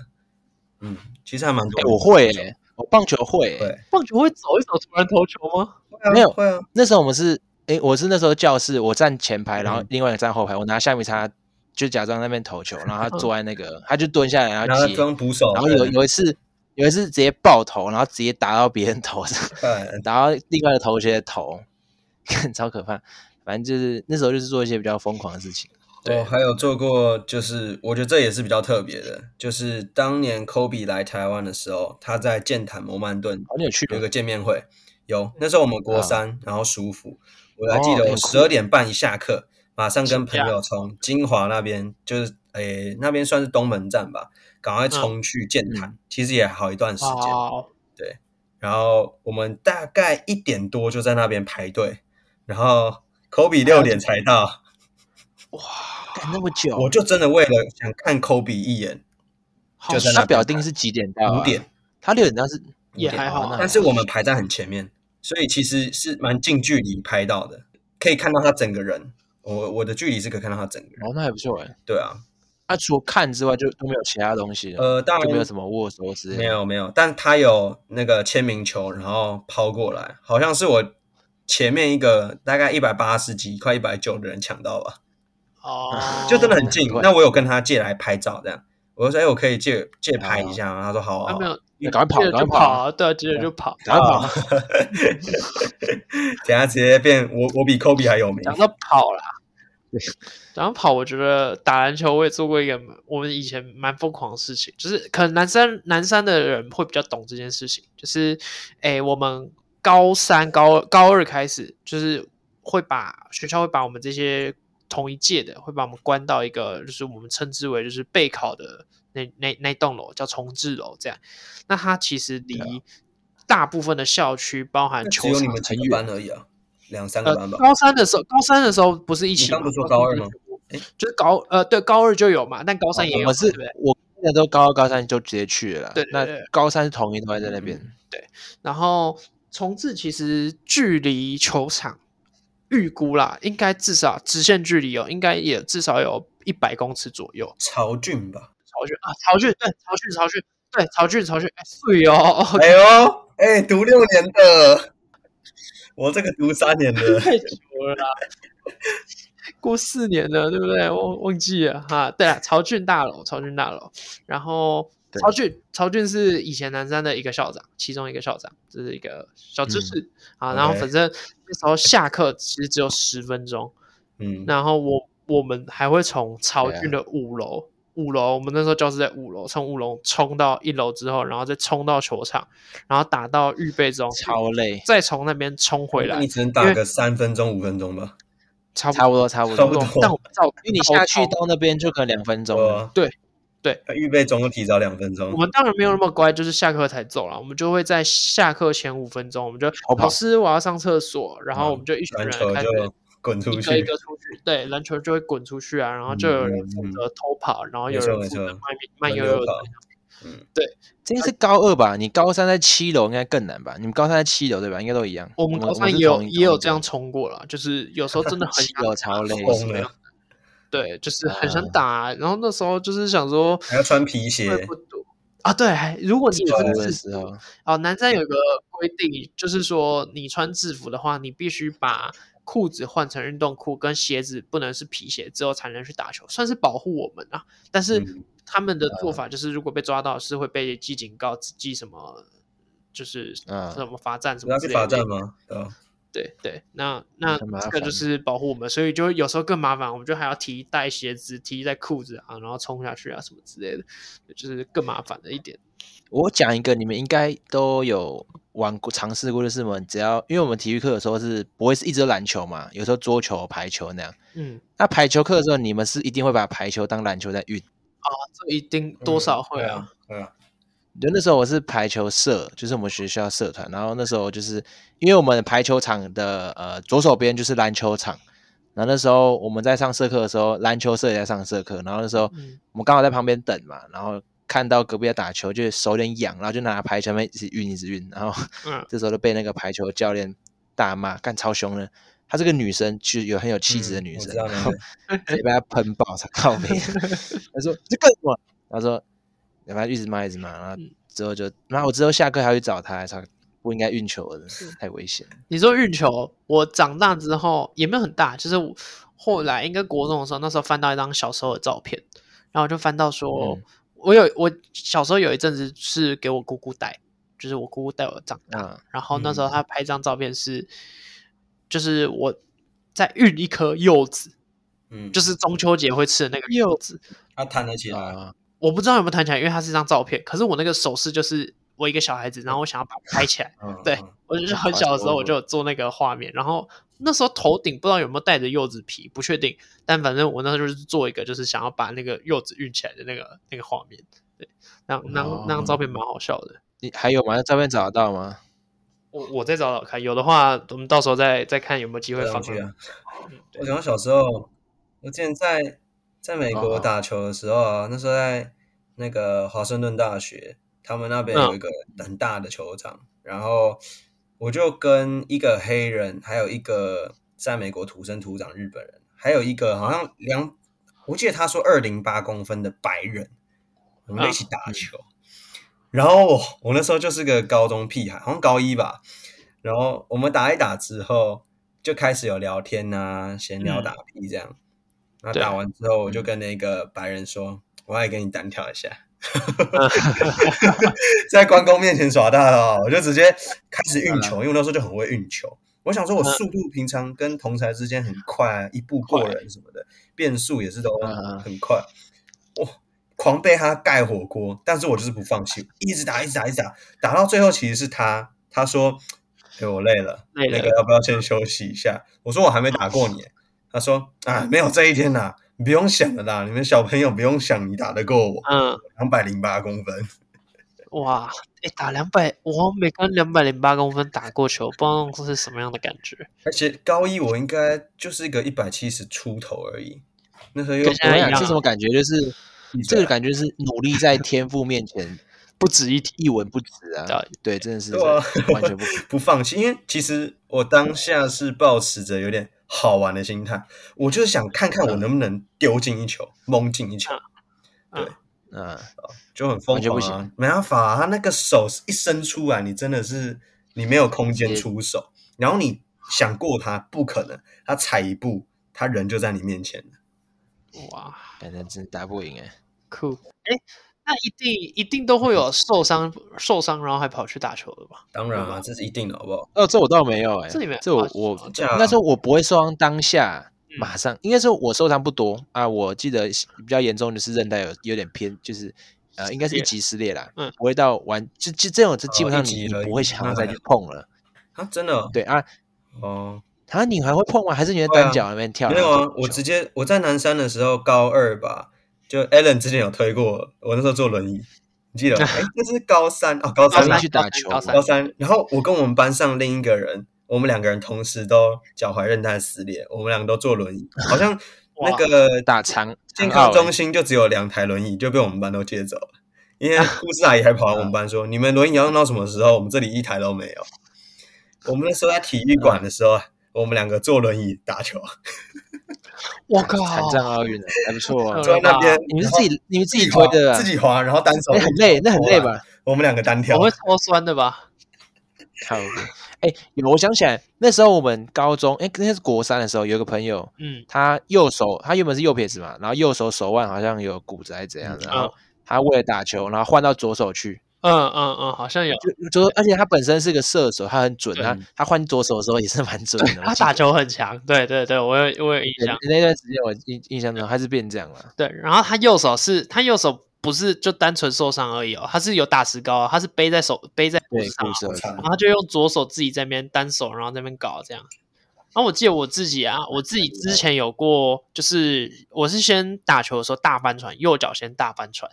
[SPEAKER 3] 嗯，其实还蛮多
[SPEAKER 2] 哎
[SPEAKER 3] 人投球。
[SPEAKER 2] 我会欸我棒球会欸
[SPEAKER 3] 对
[SPEAKER 1] 棒球会走一走突然投球吗？
[SPEAKER 3] 会啊
[SPEAKER 2] 没有
[SPEAKER 3] 会啊，
[SPEAKER 2] 那时候我们是，诶，我是那时候教室，我站前排，然后
[SPEAKER 3] 嗯
[SPEAKER 2] 另外一个站后排，我拿橡皮擦就假装在那边投球，然后他
[SPEAKER 1] 嗯
[SPEAKER 2] 坐在那个，他就蹲下来，然
[SPEAKER 3] 然
[SPEAKER 2] 后
[SPEAKER 3] 后
[SPEAKER 2] 接，
[SPEAKER 3] 装捕手，
[SPEAKER 2] 然后有有一次，有一次直接爆头，然后直接打到别人头上，
[SPEAKER 3] 对
[SPEAKER 2] 打到另外一个同学的头， 看超可怕。反正就是那时候就是做一些比较疯狂的事情，
[SPEAKER 1] 对
[SPEAKER 3] 我还有做过，就是我觉得这也是比较特别的，就是当年 Kobe 来台湾的时候，他在剑潭摩曼顿
[SPEAKER 2] 哦好你有趣
[SPEAKER 3] 有一
[SPEAKER 2] 吗
[SPEAKER 3] 个见面会，有那时候我们国三，然后舒服，我还记
[SPEAKER 2] 啊哦
[SPEAKER 3] 得
[SPEAKER 2] 你
[SPEAKER 3] 我
[SPEAKER 2] 很酷
[SPEAKER 3] 十二点半一下课，马上跟朋
[SPEAKER 1] 请假
[SPEAKER 3] 友从金华那边，就是诶那边算是东门站吧，赶
[SPEAKER 2] 嗯
[SPEAKER 3] 快冲去剑潭，其实也好一段时间，
[SPEAKER 2] 哦
[SPEAKER 1] 哇，
[SPEAKER 3] 然后我们大概一点多就在那边排队，然后 Kobe 六点才到。
[SPEAKER 2] 干那么久，
[SPEAKER 3] 我就真的为了想看科比一眼，
[SPEAKER 1] 好
[SPEAKER 3] 就在那
[SPEAKER 2] 他
[SPEAKER 1] 爽
[SPEAKER 3] 边
[SPEAKER 2] 表定是几点到、啊？
[SPEAKER 3] 五点，
[SPEAKER 2] 他六点到是
[SPEAKER 3] 五
[SPEAKER 1] 也
[SPEAKER 3] 点
[SPEAKER 1] 还好
[SPEAKER 2] 哦
[SPEAKER 1] 啊
[SPEAKER 2] 那
[SPEAKER 3] 但。是我们排在很前面，所以其实是蛮近距离拍到的，可以看到他整个人。我我的距离是可以看到他整个人。
[SPEAKER 2] 哦，那还不错哎。
[SPEAKER 3] 对啊，
[SPEAKER 2] 他、除了看之外，就都没有其他东西了，
[SPEAKER 3] 呃，当
[SPEAKER 2] 就没有
[SPEAKER 3] 然
[SPEAKER 2] 什么握手之类的。
[SPEAKER 3] 没有没有，但他有那个签名球，然后抛过来，好像是我前面一个大概一百八十几、快一百九的人抢到吧，
[SPEAKER 1] 哦，
[SPEAKER 3] 就真的很近
[SPEAKER 2] 难怪。
[SPEAKER 3] 那我有跟他借来拍照，这样我就说：“哎，我可以借借拍一下吗？”他说：“好啊。
[SPEAKER 1] 啊
[SPEAKER 3] 好啊
[SPEAKER 1] 没”有，
[SPEAKER 2] 那赶快跑
[SPEAKER 1] 接着就
[SPEAKER 2] 赶快跑啊
[SPEAKER 1] 啊！对啊，接着就跑。
[SPEAKER 2] 赶快跑
[SPEAKER 3] 啊！ 等下直接变我，我比科比还有名。
[SPEAKER 1] 讲到跑啦， 讲到跑，我觉得打篮球我也做过一个我们以前蛮疯狂的事情，就是可能南山南山的人会比较懂这件事情，就是诶，我们高三、高高二开始，就是会把学校会把我们这些同一届的，会把我们关到一个就是我们称之为就是备考的那那那栋楼叫重置楼这样，那它其实离大部分的校区，包含
[SPEAKER 3] 啊那只
[SPEAKER 1] 球
[SPEAKER 3] 有
[SPEAKER 1] 场
[SPEAKER 3] 你们几个班而已啊，两三个
[SPEAKER 1] 呃
[SPEAKER 3] 班，吧。
[SPEAKER 1] 高三的时候，高三的时候不是一起
[SPEAKER 3] 你刚
[SPEAKER 1] 吗
[SPEAKER 3] 不是说高二吗？哦
[SPEAKER 1] 三就是就是高呃，对，高二就有嘛，但高三也
[SPEAKER 2] 我
[SPEAKER 1] 有嘛，
[SPEAKER 2] 们是
[SPEAKER 1] 对不对？
[SPEAKER 2] 我那时候高二高三就直接去了啦，
[SPEAKER 1] 对对对嗯
[SPEAKER 2] 那高三是统一都还在那边，
[SPEAKER 1] 然后重置其实距离球场预估啦，应该至少直线距离哦，应该也至少有一百公尺左右。
[SPEAKER 3] 曹俊吧？
[SPEAKER 1] 曹俊啊，曹俊对，曹俊，曹俊对，曹俊，曹俊，哎，对哦，
[SPEAKER 3] 哎呦，哎，读六年的，我这个读三年的
[SPEAKER 1] 太久了啦， 过四年了，对不对？我忘记了哈。对了，曹俊大楼，曹俊大楼，然后
[SPEAKER 2] 对
[SPEAKER 1] 曹俊，曹俊是以前南山的一个校长，其中一个校长，这是一个小知识、啊。然后
[SPEAKER 3] 嗯 OK
[SPEAKER 1] 反正那时候下课其实只有十分钟，
[SPEAKER 3] 嗯，
[SPEAKER 1] 然后我我们还会从曹俊的五楼。五楼，我们那时候教室在五楼，从五楼冲到一楼之后，然后再冲到球场，然后打到预备中，
[SPEAKER 2] 超累，
[SPEAKER 1] 再从那边冲回来
[SPEAKER 3] 你，只能打个三分钟、五分钟吧。
[SPEAKER 1] 差不多
[SPEAKER 2] 差不多差不
[SPEAKER 3] 差
[SPEAKER 2] 多，
[SPEAKER 3] 不多
[SPEAKER 1] 但我们照，
[SPEAKER 2] 因为你下去到那边就可能两分钟
[SPEAKER 3] 对
[SPEAKER 2] 了，
[SPEAKER 3] 啊，
[SPEAKER 1] 对对，
[SPEAKER 3] 预备中都提早两分
[SPEAKER 1] 我
[SPEAKER 3] 钟。
[SPEAKER 1] 们当然没有那么乖，就是下课才走了，我们就会在下课前五分钟，我们就
[SPEAKER 2] 逃跑
[SPEAKER 1] 老师我要上厕所，然后我们就一群
[SPEAKER 3] 篮
[SPEAKER 1] 人
[SPEAKER 3] 球
[SPEAKER 1] 开始。
[SPEAKER 3] 就滚出
[SPEAKER 1] 一个一
[SPEAKER 3] 去
[SPEAKER 1] 个，出去，对，篮球就会滚出去啊，然后就有人负责偷跑，然后有人
[SPEAKER 3] 没
[SPEAKER 1] 负
[SPEAKER 3] 错
[SPEAKER 1] 责
[SPEAKER 3] 没
[SPEAKER 1] 慢
[SPEAKER 3] 错
[SPEAKER 1] 慢悠
[SPEAKER 3] 轮
[SPEAKER 1] 悠
[SPEAKER 3] 流
[SPEAKER 1] 的
[SPEAKER 3] 跑。
[SPEAKER 2] 这应该是高二吧？你高三在七楼应该更难吧？你们高三在七楼对吧？应该都一样。
[SPEAKER 1] 我们高
[SPEAKER 2] 我
[SPEAKER 1] 三
[SPEAKER 2] 是
[SPEAKER 1] 也有
[SPEAKER 2] 同一
[SPEAKER 1] 也有
[SPEAKER 2] 同一啊
[SPEAKER 1] 这样冲过了，就是有时候真的很
[SPEAKER 2] 七
[SPEAKER 1] 想
[SPEAKER 2] 楼超累，
[SPEAKER 3] 疯
[SPEAKER 1] 怎么样
[SPEAKER 3] 了，
[SPEAKER 1] 对，就是很想打，啊然后那时候就是想说
[SPEAKER 3] 还要穿皮
[SPEAKER 1] 会
[SPEAKER 3] 鞋
[SPEAKER 1] 不。多啊，对，还如果你
[SPEAKER 2] 制服
[SPEAKER 1] 啊真
[SPEAKER 2] 的
[SPEAKER 1] 的
[SPEAKER 2] 时
[SPEAKER 1] 是
[SPEAKER 2] 候
[SPEAKER 1] 哦，南山有一个规定，就是说你穿制服的话，你必须把裤子换成运动裤，跟鞋子不能是皮鞋，之后才能去打球，算是保护我们啊。但是
[SPEAKER 3] 嗯
[SPEAKER 1] 他们的做法就是，如果被抓到是会被记警告、记什么，就是
[SPEAKER 2] 嗯
[SPEAKER 1] 什么罚站什
[SPEAKER 3] 主
[SPEAKER 1] 么
[SPEAKER 3] 要
[SPEAKER 1] 之
[SPEAKER 3] 是
[SPEAKER 1] 类
[SPEAKER 3] 罚
[SPEAKER 1] 的
[SPEAKER 3] 站。吗？对啊，
[SPEAKER 1] 对对，那那
[SPEAKER 2] 很麻
[SPEAKER 1] 这个就
[SPEAKER 2] 烦
[SPEAKER 1] 是保护我们，所以就有时候更麻烦，我们就还要提带鞋子、提带裤子啊，然后冲下去啊什么之类的，就是更麻烦的一点。
[SPEAKER 2] 我讲一个，你们应该都有玩过、尝试过，就是我们只要，因为我们体育课的时候是不会是一直都篮球嘛，有时候桌球、排球那样。
[SPEAKER 1] 嗯，
[SPEAKER 2] 那排球课的时候，你们是一定会把排球当篮球在运。
[SPEAKER 1] 啊这一定多少会
[SPEAKER 3] 对
[SPEAKER 1] 啊。
[SPEAKER 3] 啊，对啊，
[SPEAKER 2] 就那时候我是排球社，就是我们学校社团。然呃后那时候就是因为我们排球场的呃左手边就是篮球场，然后那时候我们在上社课的时候，篮球社也在上社课。然后那时候
[SPEAKER 1] 嗯
[SPEAKER 2] 我们刚好在旁边等嘛，然后看到隔壁在打球，就手有点痒，然后就拿排球面一直运一直运，然后
[SPEAKER 1] 嗯
[SPEAKER 2] 这时候就被那个排球教练大骂，干超凶的。她是个女生，就是有很有气质的
[SPEAKER 3] 嗯
[SPEAKER 2] 女
[SPEAKER 3] 我
[SPEAKER 2] 生，
[SPEAKER 3] 知道
[SPEAKER 2] 然
[SPEAKER 3] 那
[SPEAKER 2] 后
[SPEAKER 3] 个
[SPEAKER 1] 哎
[SPEAKER 2] 直接被他喷爆，他靠 背。他说这干什么？他说然后一直骂一直骂，然后之后就，然后我之后下课还要去找他，他不应该运球的，太危险。
[SPEAKER 1] 你说运球，我长大之后也没有很大，就是我后来应该国中的时候，那时候翻到一张小时候的照片，然后我就翻到说，
[SPEAKER 2] 嗯
[SPEAKER 1] 我有我小时候有一阵子是给我姑姑带，就是我姑姑带我长大，
[SPEAKER 2] 啊，
[SPEAKER 1] 然后那时候她拍一张照片是，就是我在运一颗柚子，
[SPEAKER 3] 嗯，
[SPEAKER 1] 就是中秋节会吃的那个柚子，
[SPEAKER 3] 他弹得起来，
[SPEAKER 2] 啊，
[SPEAKER 1] 我不知道有没有弹起来，因为它是一张照片，可是我那个手势就是我一个小孩子，然后我想要把它拍起来。
[SPEAKER 3] 嗯，
[SPEAKER 1] 对
[SPEAKER 3] 嗯
[SPEAKER 1] 我就是很小的时候我就有做那个画面，然后那时候头顶不知道有没有戴着柚子皮，不确定，但反正我那时候就是做一个，就是想要把那个柚子运起来的那个那个画面。对，那那
[SPEAKER 2] 哦
[SPEAKER 1] 那张照片蛮好笑的。
[SPEAKER 2] 你还有吗？那照片找得到吗？
[SPEAKER 1] 我我再找找看，有的话我们到时候再再看有没有机会
[SPEAKER 3] 对
[SPEAKER 1] 放
[SPEAKER 3] 上
[SPEAKER 1] 上
[SPEAKER 3] 去
[SPEAKER 1] 来。
[SPEAKER 3] 啊。我想到小时候，我之前在在美
[SPEAKER 2] 哦
[SPEAKER 3] 国
[SPEAKER 2] 哦
[SPEAKER 3] 打球的时候啊，那时候在那个华盛顿大学，他们那边
[SPEAKER 1] 嗯
[SPEAKER 3] 有一个很大的球场，然后我就跟一个黑人，还有一个在美国土生土长日本人，还有一个好像两，我记得他说二零八公分的白人，
[SPEAKER 1] 嗯
[SPEAKER 3] 我们就一起打球。然后我我那时候就是个高中屁孩，好像高一吧。然后我们打一打之后，就开始有聊天啊，闲聊
[SPEAKER 1] 嗯
[SPEAKER 3] 打屁这样。那、
[SPEAKER 1] 对
[SPEAKER 3] 打完之后，我就跟那个白人说：“我来跟你单挑一下。” 在关公面前耍大了，我就直接开始运球，因为我那时候就很会运球。我想说，我速度平常跟同才之间很快啊、一步过人什么的，变速也是都
[SPEAKER 2] 嗯嗯
[SPEAKER 3] 很快。哇、狂被他盖火锅，但是我就是不放弃，一直打，一直打，一直打，打到最后其实是他，他说：“哎、我累了，
[SPEAKER 1] 累了
[SPEAKER 3] 那个要不要先休息一下？”我说：“我还没打过 你。”他说：“啊，没有这一天啦、你不用想了啦，你们小朋友不用想，你打得过
[SPEAKER 2] 啊
[SPEAKER 3] 我
[SPEAKER 1] 嗯，
[SPEAKER 3] 两百零八公分。”
[SPEAKER 1] 哇，哎，打两百，我每跟两百零八公分打过球，不知道那是什么样的感觉。
[SPEAKER 3] 而且高一我应该就是一个一百七十出头而已，那时候又
[SPEAKER 1] 跟现在
[SPEAKER 2] 我
[SPEAKER 1] 一
[SPEAKER 2] 想
[SPEAKER 1] 样
[SPEAKER 2] 这
[SPEAKER 1] 啊
[SPEAKER 2] 什么感觉？就是这
[SPEAKER 3] 对
[SPEAKER 2] 个
[SPEAKER 3] 啊
[SPEAKER 2] 感觉是努力在天赋面前
[SPEAKER 1] 不值一提，
[SPEAKER 2] 一文不值啊
[SPEAKER 1] 对！
[SPEAKER 2] 对，真的是
[SPEAKER 3] 对啊
[SPEAKER 2] 完全不可
[SPEAKER 3] 不放弃，因为其实我当下是抱持着有点好玩的心态，我就是想看看我能不能丢进一球，蒙进一球，
[SPEAKER 2] 嗯，
[SPEAKER 3] 就很疯
[SPEAKER 2] 完全不
[SPEAKER 3] 狂啊！没办法、啊，他那个手一伸出来，你真的是你没有空间
[SPEAKER 2] 直接
[SPEAKER 3] 出手，然后你想过他不可能，他踩一步，他人就在你面前了。
[SPEAKER 1] 哇，
[SPEAKER 2] 感觉真的打不赢哎。
[SPEAKER 1] 酷！哎，那一定一定都会有受伤受伤，然后还跑去打球的吧？
[SPEAKER 3] 当然
[SPEAKER 2] 嗯
[SPEAKER 3] 啊，这是一定的，好不好？
[SPEAKER 2] 哦，这我倒没有哎、
[SPEAKER 1] 这里面
[SPEAKER 2] 这我
[SPEAKER 1] 哦
[SPEAKER 2] 我
[SPEAKER 1] 哦
[SPEAKER 3] 这样啊
[SPEAKER 2] 应该说我不会受伤当下
[SPEAKER 1] 嗯
[SPEAKER 2] 马上，应该说我受伤不多啊。我记得比较严重的是韧带有有点偏，就是呃，应该是一
[SPEAKER 1] 裂
[SPEAKER 2] 级撕裂啦，
[SPEAKER 1] 嗯
[SPEAKER 2] 不会到完就就这种，这基本
[SPEAKER 3] 哦
[SPEAKER 2] 上
[SPEAKER 3] 一级
[SPEAKER 2] 你你
[SPEAKER 3] 而已
[SPEAKER 2] 不会想要再去
[SPEAKER 3] 那
[SPEAKER 2] 碰了。
[SPEAKER 3] 啊，真的哦
[SPEAKER 2] 对啊，
[SPEAKER 3] 哦。
[SPEAKER 2] 啊，你还会碰吗？还是你在
[SPEAKER 3] 会啊
[SPEAKER 2] 单脚那边跳？
[SPEAKER 3] 没有啊，我直接我在南山的时候，高二吧，就 Allen 之前有推过，我那时候坐轮椅，你记得 吗？哎，那是高三哦，高
[SPEAKER 1] 高
[SPEAKER 3] 三
[SPEAKER 2] 你
[SPEAKER 3] 啦
[SPEAKER 1] 三
[SPEAKER 2] 去打球
[SPEAKER 1] 高
[SPEAKER 2] 嘛
[SPEAKER 1] 三
[SPEAKER 3] 高三。然后我跟我们班上另一个人，我们两个人同时都脚踝韧带撕裂，我们两个都坐轮椅，好像
[SPEAKER 1] 哇
[SPEAKER 3] 那个
[SPEAKER 2] 打长
[SPEAKER 3] 健
[SPEAKER 2] 长
[SPEAKER 3] 康
[SPEAKER 2] 奥欸
[SPEAKER 3] 中心就只有两台轮椅，就被我们班都借走了。因
[SPEAKER 2] 啊
[SPEAKER 3] 为护士阿姨还跑来我们
[SPEAKER 2] 嗯
[SPEAKER 3] 班说：“你们轮椅要用到什么时候？我们这里一台都没有。”我们那时候在体
[SPEAKER 2] 嗯
[SPEAKER 3] 育馆的时候，啊我们两个坐轮椅打球。
[SPEAKER 1] 我
[SPEAKER 2] 惨
[SPEAKER 1] 靠！
[SPEAKER 2] 惨战奥运的还不错啊
[SPEAKER 1] 嗯。
[SPEAKER 3] 坐在那边，
[SPEAKER 2] 你们是
[SPEAKER 3] 然后
[SPEAKER 2] 自己你们自己
[SPEAKER 3] 滑
[SPEAKER 2] 推的啊，
[SPEAKER 3] 自己滑，然后单手
[SPEAKER 2] 哎很累，那很累吧？
[SPEAKER 3] 我们两个单挑
[SPEAKER 1] 我，会超酸的吧？
[SPEAKER 2] 靠北！ 哎、有我想起来，那时候我们高中，哎、那是国三的时候，有个朋友，
[SPEAKER 1] 嗯，
[SPEAKER 2] 他右手，他原本是右撇子嘛，然后右手手腕好像有骨折还是怎样的，
[SPEAKER 1] 啊
[SPEAKER 2] 然后他为了打球，然后换到左手去，
[SPEAKER 1] 嗯嗯嗯，好像有。
[SPEAKER 2] 就左，而且他本身是个射手，他很准，
[SPEAKER 1] 对
[SPEAKER 2] 他他换左手的时候也是蛮准的。
[SPEAKER 1] 他
[SPEAKER 2] 我记得
[SPEAKER 1] 打球很强，对对对，我有我有印
[SPEAKER 2] 对
[SPEAKER 1] 象。
[SPEAKER 2] 那段时间，我印印象中他是变这样了，
[SPEAKER 1] 对，然后他右手是，他右手不是就单纯受伤而已哦，他是有打石膏啊，他是背在手背在脖
[SPEAKER 2] 对
[SPEAKER 1] 子上啊
[SPEAKER 2] 骨，折
[SPEAKER 3] 我。操
[SPEAKER 1] 然后他就用左手自己在那边单手，然后在那边搞这样。然后我记得我自己啊，我自己之前有过，就是我是先打球的时候大翻船，右脚先大翻船，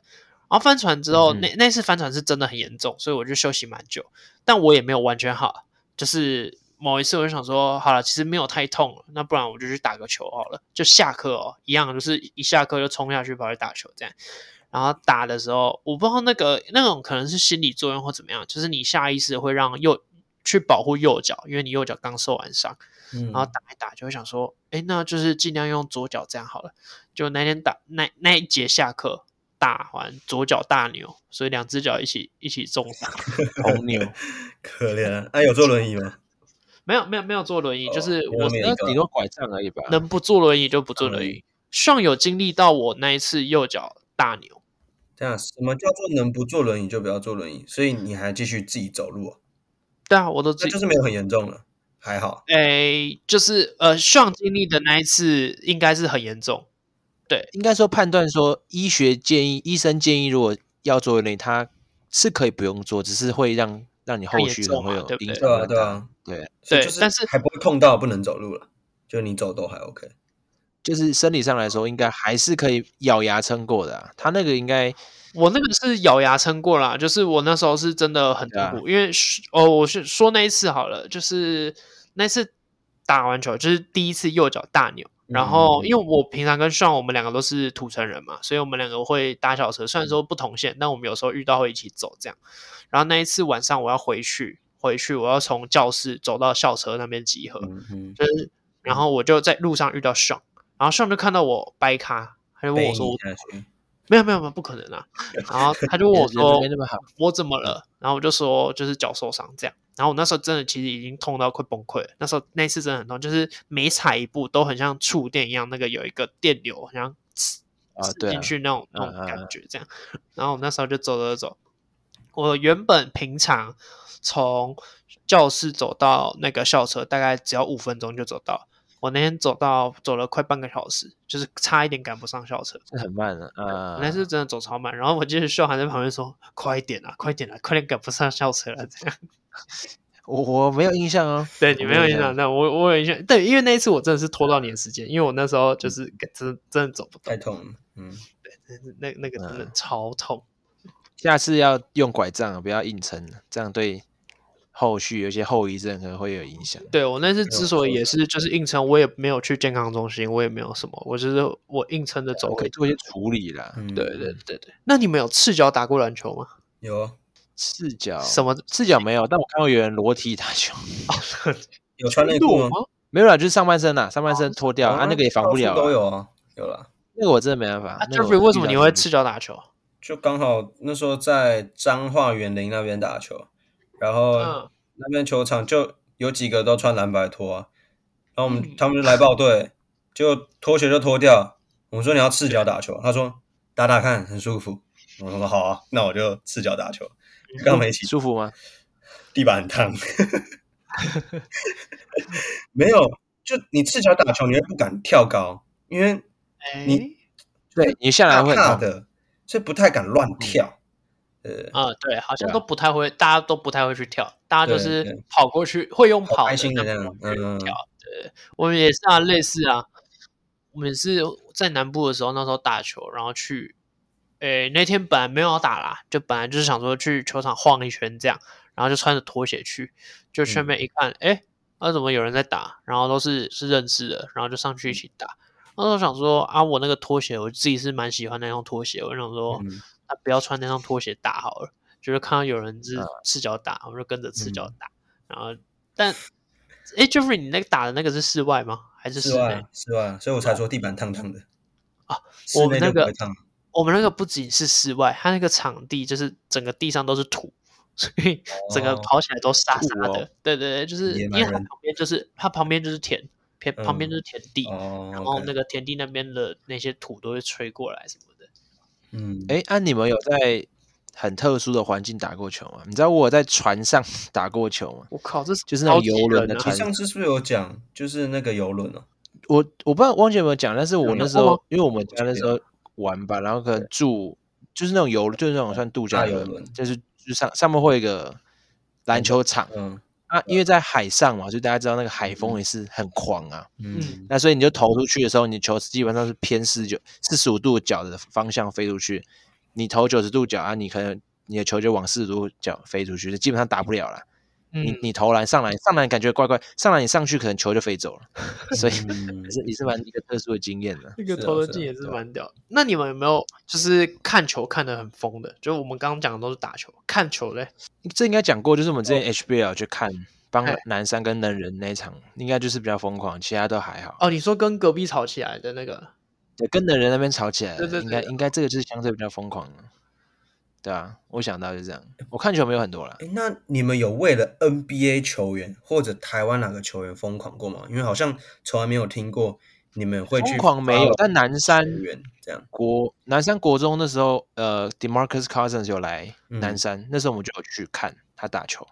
[SPEAKER 1] 然后翻船之后，
[SPEAKER 2] 嗯哼
[SPEAKER 1] 那那次翻船是真的很严重，所以我就休息蛮久，但我也没有完全好，就是某一次我就想说，好了，其实没有太痛了，那不然我就去打个球好了。就下课哦，一样就是一下课就冲下去跑去打球这样。然后打的时候，我不知道那个那种可能是心理作用或怎么样，就是你下意识会让右去保护右脚，因为你右脚刚受完伤，
[SPEAKER 2] 啊
[SPEAKER 3] 嗯，
[SPEAKER 1] 然后打一打就会想说，哎，那就是尽量用左脚这样好了。就那天打那那一节下课打完左脚大扭，所以两只脚一起一起重 伤。
[SPEAKER 2] 红牛，
[SPEAKER 3] 可怜了。哎，有坐轮椅吗？
[SPEAKER 1] 没有没有没有坐轮椅，就
[SPEAKER 3] 哦
[SPEAKER 1] 是
[SPEAKER 3] 没有
[SPEAKER 1] 我
[SPEAKER 3] 没有嗯
[SPEAKER 2] 那顶多拐杖而已吧。
[SPEAKER 1] 能不坐轮椅就不坐
[SPEAKER 3] 当
[SPEAKER 1] 轮
[SPEAKER 3] 然
[SPEAKER 1] 椅。上有经历到我那一次右脚大扭，
[SPEAKER 3] 这样，什么叫做能不坐轮椅就不要坐轮椅？所以你还继续自己走路、啊，
[SPEAKER 1] 对啊，我都自
[SPEAKER 3] 那
[SPEAKER 1] 己
[SPEAKER 3] 就。是没有很严重了，还好。
[SPEAKER 1] 诶、就是呃，上经历的那一次应该是很严重，
[SPEAKER 2] 应该说判断说，医学建议，医生建议，如果要做轮椅，他是可以不用做，只是会让让你后续可能会有
[SPEAKER 1] 更严重嘛对不对
[SPEAKER 2] 影响
[SPEAKER 3] 对啊，
[SPEAKER 2] 很
[SPEAKER 3] 对
[SPEAKER 2] 大。
[SPEAKER 3] 啊，
[SPEAKER 2] 对，
[SPEAKER 3] 所以
[SPEAKER 1] 对
[SPEAKER 3] 就是
[SPEAKER 1] 但是
[SPEAKER 3] 还不会痛到不能走路了，就你走都还 OK。
[SPEAKER 2] 就是生理上来说，应该还是可以咬牙撑过的、啊。他那个应该
[SPEAKER 1] 我那个是咬牙撑过啦，就是我那时候是真的很痛
[SPEAKER 3] 啊
[SPEAKER 1] 苦，因为是哦，我是说那一次好了，就是那次打完球，就是第一次右脚大扭，然后
[SPEAKER 2] 嗯
[SPEAKER 1] 因为我平常跟上我们两个都是土城人嘛，所以我们两个会搭小车，
[SPEAKER 3] 嗯
[SPEAKER 1] 虽然说不同线，但我们有时候遇到会一起走这样。然后那一次晚上我要回去，回去我要从教室走到校车那边集合，
[SPEAKER 3] 嗯嗯，
[SPEAKER 1] 就是然后我就在路上遇到上，然后上就看到我掰咖，他就问
[SPEAKER 3] 背
[SPEAKER 1] 我
[SPEAKER 3] 你
[SPEAKER 1] 说我
[SPEAKER 3] 下去，
[SPEAKER 1] 没有没有没有不可能啊，然后他就 问我
[SPEAKER 2] 人
[SPEAKER 1] 说
[SPEAKER 2] 没那么好
[SPEAKER 1] 我怎么了？然后我就说就是脚受伤这样。然后我那时候真的其实已经痛到快崩溃了，那时候那一次真的很痛，就是每踩一步都很像触电一样，那个有一个电流，好像刺
[SPEAKER 2] 啊
[SPEAKER 1] 刺
[SPEAKER 2] 对啊
[SPEAKER 1] 进去那种那
[SPEAKER 2] 嗯嗯
[SPEAKER 1] 种感觉这样。然后我那时候就走走走，我原本平常从教室走到那个校车大概只要五分钟就走到，我那天走到走了快半个小时，就是差一点赶不上校车。
[SPEAKER 2] 是很慢的啊。
[SPEAKER 1] 那是真的走超慢，然后我记得秀涵在旁边说：“快一点啊，快一点啊，快点赶不上校车了。”这样，
[SPEAKER 2] 我我没有印象哦。
[SPEAKER 1] 对你
[SPEAKER 2] 我
[SPEAKER 1] 没有印象，
[SPEAKER 2] 象。
[SPEAKER 1] 那我我有印象，对，因为那一次我真的是拖到你的时间，因为我那时候就是真真的走不动
[SPEAKER 3] 太，痛了。嗯，
[SPEAKER 1] 那那个真的超痛。
[SPEAKER 2] 下次要用拐杖，不要硬撑，啊这样对后续有一些后遗症可能会有影响。
[SPEAKER 1] 对我那次之所以也是就是硬撑，我也没有去健康中心，我也没有什么，我就是我硬撑着走
[SPEAKER 2] 我可
[SPEAKER 1] 回去。
[SPEAKER 2] 以做一些处理啦。
[SPEAKER 3] 嗯
[SPEAKER 1] 对对，对对，那你们有赤脚打过篮球吗？
[SPEAKER 3] 有啊
[SPEAKER 2] 赤脚
[SPEAKER 1] 什么
[SPEAKER 2] 赤脚没有，但我看过有人裸体打球，
[SPEAKER 3] 有穿内裤吗？
[SPEAKER 1] 吗？
[SPEAKER 2] 没有啦，就是上半身啦，上
[SPEAKER 1] 哦
[SPEAKER 2] 半身脱掉，啊，那个也防不了
[SPEAKER 3] 到处都
[SPEAKER 2] 啦。
[SPEAKER 3] 有啊，有啦。
[SPEAKER 2] 那个我真的没办法
[SPEAKER 1] 啊。
[SPEAKER 2] 那个我
[SPEAKER 1] ，Jeffrey，为什么
[SPEAKER 2] 遇到
[SPEAKER 1] 你会
[SPEAKER 2] 真的
[SPEAKER 1] 赤脚打球？
[SPEAKER 3] 就刚好那时候在彰化园林那边打球，然后
[SPEAKER 1] 嗯，
[SPEAKER 3] 那边球场就有几个都穿蓝白拖啊，然后我们、
[SPEAKER 1] 嗯
[SPEAKER 3] 他们就来报队，就拖鞋就脱掉。我们说你要赤脚打球，他说打打看很舒服。我说好啊，那我就赤脚打球。跟他们一起，
[SPEAKER 2] 舒服吗？
[SPEAKER 3] 地板很烫。没有，就你赤脚打球，你会不敢跳高，因为
[SPEAKER 1] 哎
[SPEAKER 3] 你，
[SPEAKER 2] 对你下来
[SPEAKER 3] 怕
[SPEAKER 2] 会
[SPEAKER 3] 怕
[SPEAKER 2] 很痛，
[SPEAKER 3] 的，所以不太敢乱跳。呃，
[SPEAKER 1] 啊、对，好像
[SPEAKER 2] 对啊
[SPEAKER 1] 都不太会，大家都不太会去跳，大家就
[SPEAKER 3] 对
[SPEAKER 1] 是
[SPEAKER 3] 对
[SPEAKER 1] 跑过去，会用
[SPEAKER 3] 好
[SPEAKER 1] 跑
[SPEAKER 3] 开心的
[SPEAKER 1] 但
[SPEAKER 3] 那
[SPEAKER 1] 不
[SPEAKER 3] 种
[SPEAKER 1] 会去
[SPEAKER 3] 嗯嗯嗯
[SPEAKER 1] 跳。对，我们也是啊，类似啊，我们也是在南部的时候，那时候打球，然后去，诶，那天本来没有要打啦，就本来就是想说去球场晃一圈这样，然后就穿着拖鞋去，就
[SPEAKER 3] 嗯
[SPEAKER 1] 去那边一看，哎、那怎么有人在打？然后都是是认识的，然后就上去一起打。那时候想说啊，我那个拖鞋，我自己是蛮喜欢那双拖鞋，我就想说，
[SPEAKER 3] 嗯
[SPEAKER 1] 那不要穿那双拖鞋打好了。就是看到有人
[SPEAKER 3] 嗯
[SPEAKER 1] 是赤脚打，我们就跟着赤脚打。然后，但哎，Jeffrey，你那个打的那个是室外吗？还是室
[SPEAKER 3] 室
[SPEAKER 1] 内？
[SPEAKER 3] 外啊室外，所以我才说地板烫烫的
[SPEAKER 1] 啊。
[SPEAKER 3] 室
[SPEAKER 1] 我们那
[SPEAKER 3] 内就不
[SPEAKER 1] 个
[SPEAKER 3] 会烫，
[SPEAKER 1] 我们那个不仅是室外，它那个场地就是整个地上都是土，所以整个
[SPEAKER 3] 哦
[SPEAKER 1] 跑起来都沙沙
[SPEAKER 2] 酷
[SPEAKER 1] 的。
[SPEAKER 2] 哦
[SPEAKER 1] 对对对，就是
[SPEAKER 3] 野
[SPEAKER 1] 因
[SPEAKER 3] 蛮
[SPEAKER 1] 为它
[SPEAKER 3] 人
[SPEAKER 1] 旁边就是它旁边就是田，偏旁边就是田地，
[SPEAKER 3] 哦，
[SPEAKER 1] 然后
[SPEAKER 3] OK
[SPEAKER 1] 那个田地那边的那些土都会吹过来什么的。
[SPEAKER 3] 嗯，
[SPEAKER 2] 哎，啊，你们有在很特殊的环境打过球吗？你知道我有在船上 打过球吗？
[SPEAKER 1] 我靠，这
[SPEAKER 2] 就是那种
[SPEAKER 1] 超级
[SPEAKER 2] 游轮
[SPEAKER 1] 人
[SPEAKER 2] 的
[SPEAKER 1] 啊
[SPEAKER 2] 船
[SPEAKER 3] 你上次是不是有讲，就是那个游轮哦？
[SPEAKER 2] 我我不知道忘记有没有讲，但是我那时
[SPEAKER 1] 有讲过吗
[SPEAKER 2] 候因为我们家那时
[SPEAKER 3] 我
[SPEAKER 2] 候玩吧，然后可能住就是那种游，就是那种算度假
[SPEAKER 3] 大游
[SPEAKER 2] 游
[SPEAKER 3] 轮
[SPEAKER 2] 就是就上上面会有一个篮球场
[SPEAKER 3] 嗯
[SPEAKER 2] 啊，因为在海上嘛，就大家知道那个海风也是很狂啊，
[SPEAKER 1] 嗯
[SPEAKER 2] 那所以你就投出去的时候，你球基本上是偏四九四十五度角的方向飞出去，你投九十度角啊，你可能你的球就往四十度角飞出去，基本上打不了了。你
[SPEAKER 1] 嗯，
[SPEAKER 2] 你投篮上篮上篮感觉怪怪，上篮你上去可能球就飞 走了，所以
[SPEAKER 3] 嗯
[SPEAKER 2] 也是也是蛮一个特殊的经验的。
[SPEAKER 1] 那个
[SPEAKER 3] 是啊
[SPEAKER 1] 投
[SPEAKER 3] 是
[SPEAKER 1] 篮
[SPEAKER 3] 啊
[SPEAKER 1] 进也是
[SPEAKER 3] 对啊
[SPEAKER 1] 蛮屌的。那你们有没有就是看球看得很疯的？就是我们刚刚讲的都是打球，看球嘞，
[SPEAKER 2] 这应该讲过，就是我们之前 HBL 去看帮
[SPEAKER 1] 哦哎
[SPEAKER 2] 南山跟能人那一场，应该就是比较疯狂，其他都还好。
[SPEAKER 1] 哦，你说跟隔壁吵起来的那个，
[SPEAKER 2] 对，跟能人那边吵起来了，
[SPEAKER 1] 对对对
[SPEAKER 2] 应该应该这个就是相对比较疯狂的，对啊，我想到就这样，我看球没有很多了。
[SPEAKER 3] 诶那你们有为了 NBA 球员或者台湾哪个球员疯狂过吗？因为好像从来没有听过你们会去
[SPEAKER 2] 疯狂没有
[SPEAKER 3] follow
[SPEAKER 2] 但南山
[SPEAKER 3] 球员这样，
[SPEAKER 2] 国南山国中的时候，呃，Demarcus Cousins 有来
[SPEAKER 3] 嗯
[SPEAKER 2] 南山，那时候我们就有去看他打球。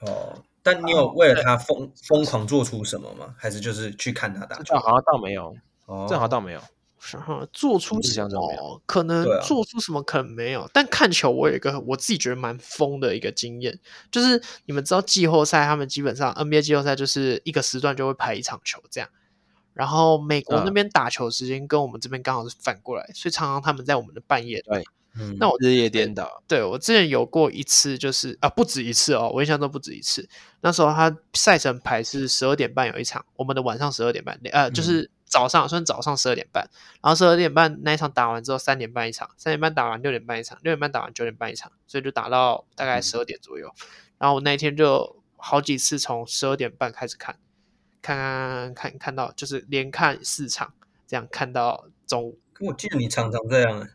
[SPEAKER 3] 哦，但你有为了他疯疯狂做出什么吗？还是就是去看他打
[SPEAKER 2] 这
[SPEAKER 3] 球？
[SPEAKER 2] 好像倒没有，
[SPEAKER 3] 哦，
[SPEAKER 2] 正好倒没有。
[SPEAKER 1] 想想做出
[SPEAKER 2] 印
[SPEAKER 1] 什
[SPEAKER 2] 象中没有
[SPEAKER 1] 么，可能
[SPEAKER 3] 对啊
[SPEAKER 1] 做出什么，可能没有。但看球，我有一个我自己觉得蛮疯的一个经验，就是你们知道季后赛，他们基本上 NBA 季后赛就是一个时段就会排一场球这样。然后美
[SPEAKER 3] 啊
[SPEAKER 1] 国那
[SPEAKER 2] 嗯
[SPEAKER 1] 边打球时间跟我们这边刚好是反过来，所以常常他们在我们的半夜
[SPEAKER 2] 对
[SPEAKER 3] 嗯，
[SPEAKER 1] 那我
[SPEAKER 2] 日夜颠倒，
[SPEAKER 1] 对我之前有过一次，就是啊，不止一次哦，我印象中不止一次。那时候他赛程排是十二点半有一场，我们的晚上十二点半，呃，
[SPEAKER 2] 嗯
[SPEAKER 1] 就是早上算早上十二点半，然后十二点半那一场打完之后，三点半一场，三点半打完六点半一场，六点半打完九点半一场，所以就打到大概
[SPEAKER 2] 嗯
[SPEAKER 1] 十二点左右。然后我那一天就好几次从十二点半开始看，看看看看到就是连看四场，这样看到中午。
[SPEAKER 3] 可我记得你常常这样、欸。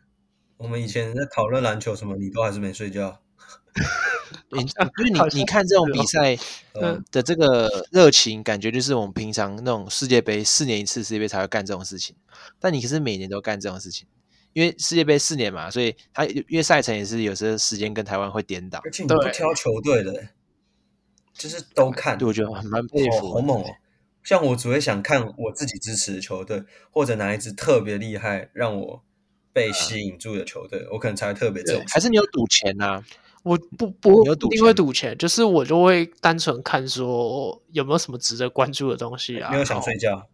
[SPEAKER 3] 我们以前在讨论篮球什么，你都还是没睡觉。
[SPEAKER 2] 你因 为
[SPEAKER 1] 好
[SPEAKER 2] 你
[SPEAKER 1] 像
[SPEAKER 2] 你看这种
[SPEAKER 1] 是哦
[SPEAKER 2] 比赛
[SPEAKER 1] 嗯
[SPEAKER 2] 的这个热情，感觉就是我们平常那种世界杯四年一次世界杯才会干这种事情，但你可是每年都干这种事情，因为世界杯四年嘛，所以它因为赛程也是有时候时间跟台湾会颠倒，
[SPEAKER 3] 而且你不
[SPEAKER 1] 对
[SPEAKER 3] 挑球队的、欸，就是都看。
[SPEAKER 2] 对我觉得很蛮佩
[SPEAKER 3] 哦
[SPEAKER 2] 服，
[SPEAKER 3] 好猛哦！像我只会想看我自己支持的球队，或者哪一支特别厉害让我
[SPEAKER 1] 嗯
[SPEAKER 3] 被吸引住的球队，我可能才会特别重
[SPEAKER 2] 对，
[SPEAKER 3] 视。
[SPEAKER 2] 还是你有赌钱呐、啊？
[SPEAKER 1] 我
[SPEAKER 3] 嗯
[SPEAKER 1] 不
[SPEAKER 3] 哦
[SPEAKER 1] 不
[SPEAKER 2] 你有赌
[SPEAKER 1] 一定
[SPEAKER 2] 钱
[SPEAKER 1] 会赌钱，就是我就会单纯看说有没有什么值得关注的东西啊。
[SPEAKER 3] 没有想睡
[SPEAKER 1] 然后，
[SPEAKER 3] 觉，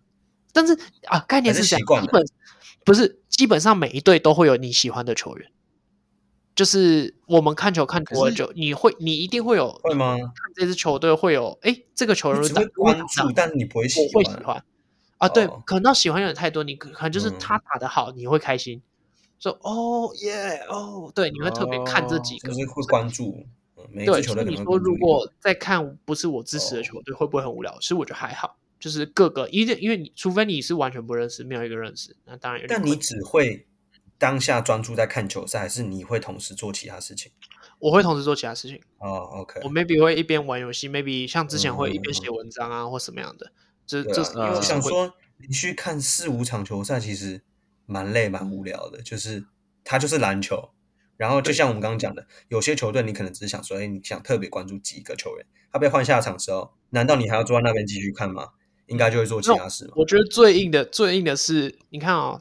[SPEAKER 1] 但是啊，概念
[SPEAKER 3] 还是
[SPEAKER 1] 这样，
[SPEAKER 3] 习惯
[SPEAKER 1] 基
[SPEAKER 3] 了
[SPEAKER 1] 本不是基本上每一队都会有你喜欢的球员，就是我们看球看
[SPEAKER 2] 可
[SPEAKER 1] 多了
[SPEAKER 2] 是
[SPEAKER 1] 久，你会你一定会有
[SPEAKER 3] 会吗？
[SPEAKER 1] 看这支球队会有哎、诶这个球员
[SPEAKER 3] 你
[SPEAKER 1] 会
[SPEAKER 3] 只
[SPEAKER 1] 打
[SPEAKER 3] 会关注，
[SPEAKER 1] 我
[SPEAKER 3] 但是你不会喜
[SPEAKER 1] 会
[SPEAKER 3] 欢。
[SPEAKER 1] 喜欢啊。对
[SPEAKER 3] 哦，
[SPEAKER 1] 可能到喜欢有点太多，你可可能就是
[SPEAKER 3] 嗯
[SPEAKER 1] 他打得好，你会开心，说哦耶哦，对，你会特别看这几个，
[SPEAKER 3] 哦就是会关注嗯每一
[SPEAKER 1] 对，
[SPEAKER 3] 支
[SPEAKER 1] 所
[SPEAKER 3] 球
[SPEAKER 1] 以
[SPEAKER 3] 队可
[SPEAKER 1] 你
[SPEAKER 3] 能会
[SPEAKER 1] 说
[SPEAKER 3] 关注
[SPEAKER 1] 如
[SPEAKER 3] 一个哦
[SPEAKER 1] 果再看不是我支持的球队，会不会很无聊？其实我觉得还好，就是各个，因为因为你除非你是完全不认识，没有一个认识，那当然有点
[SPEAKER 3] 但
[SPEAKER 1] 困
[SPEAKER 3] 你
[SPEAKER 1] 难。
[SPEAKER 3] 只会当下专注在看球赛，还是你会同时做其他事情？
[SPEAKER 1] 我会同时做其他事情，
[SPEAKER 3] 哦，OK，
[SPEAKER 1] 我 maybe 会一边玩游戏，maybe 像之前会一
[SPEAKER 3] 嗯嗯
[SPEAKER 1] 边
[SPEAKER 3] 嗯
[SPEAKER 1] 写文章啊，或什么样的。这
[SPEAKER 3] 对
[SPEAKER 1] 这
[SPEAKER 3] 啊，
[SPEAKER 1] 是
[SPEAKER 3] 因为我
[SPEAKER 1] 这是
[SPEAKER 3] 想
[SPEAKER 1] 会，
[SPEAKER 3] 说，你去看四五场球赛，其实蛮累、蛮无聊的。就是它就是篮球，然后就像我们刚刚讲的，有些球队你可能只是想说，哎，你想特别关注几个球员，他被换下场的时候，难道你还要坐在那边继续看吗？应该就会做其他事嘛。
[SPEAKER 1] 我觉得最硬的最硬的是，你看哦，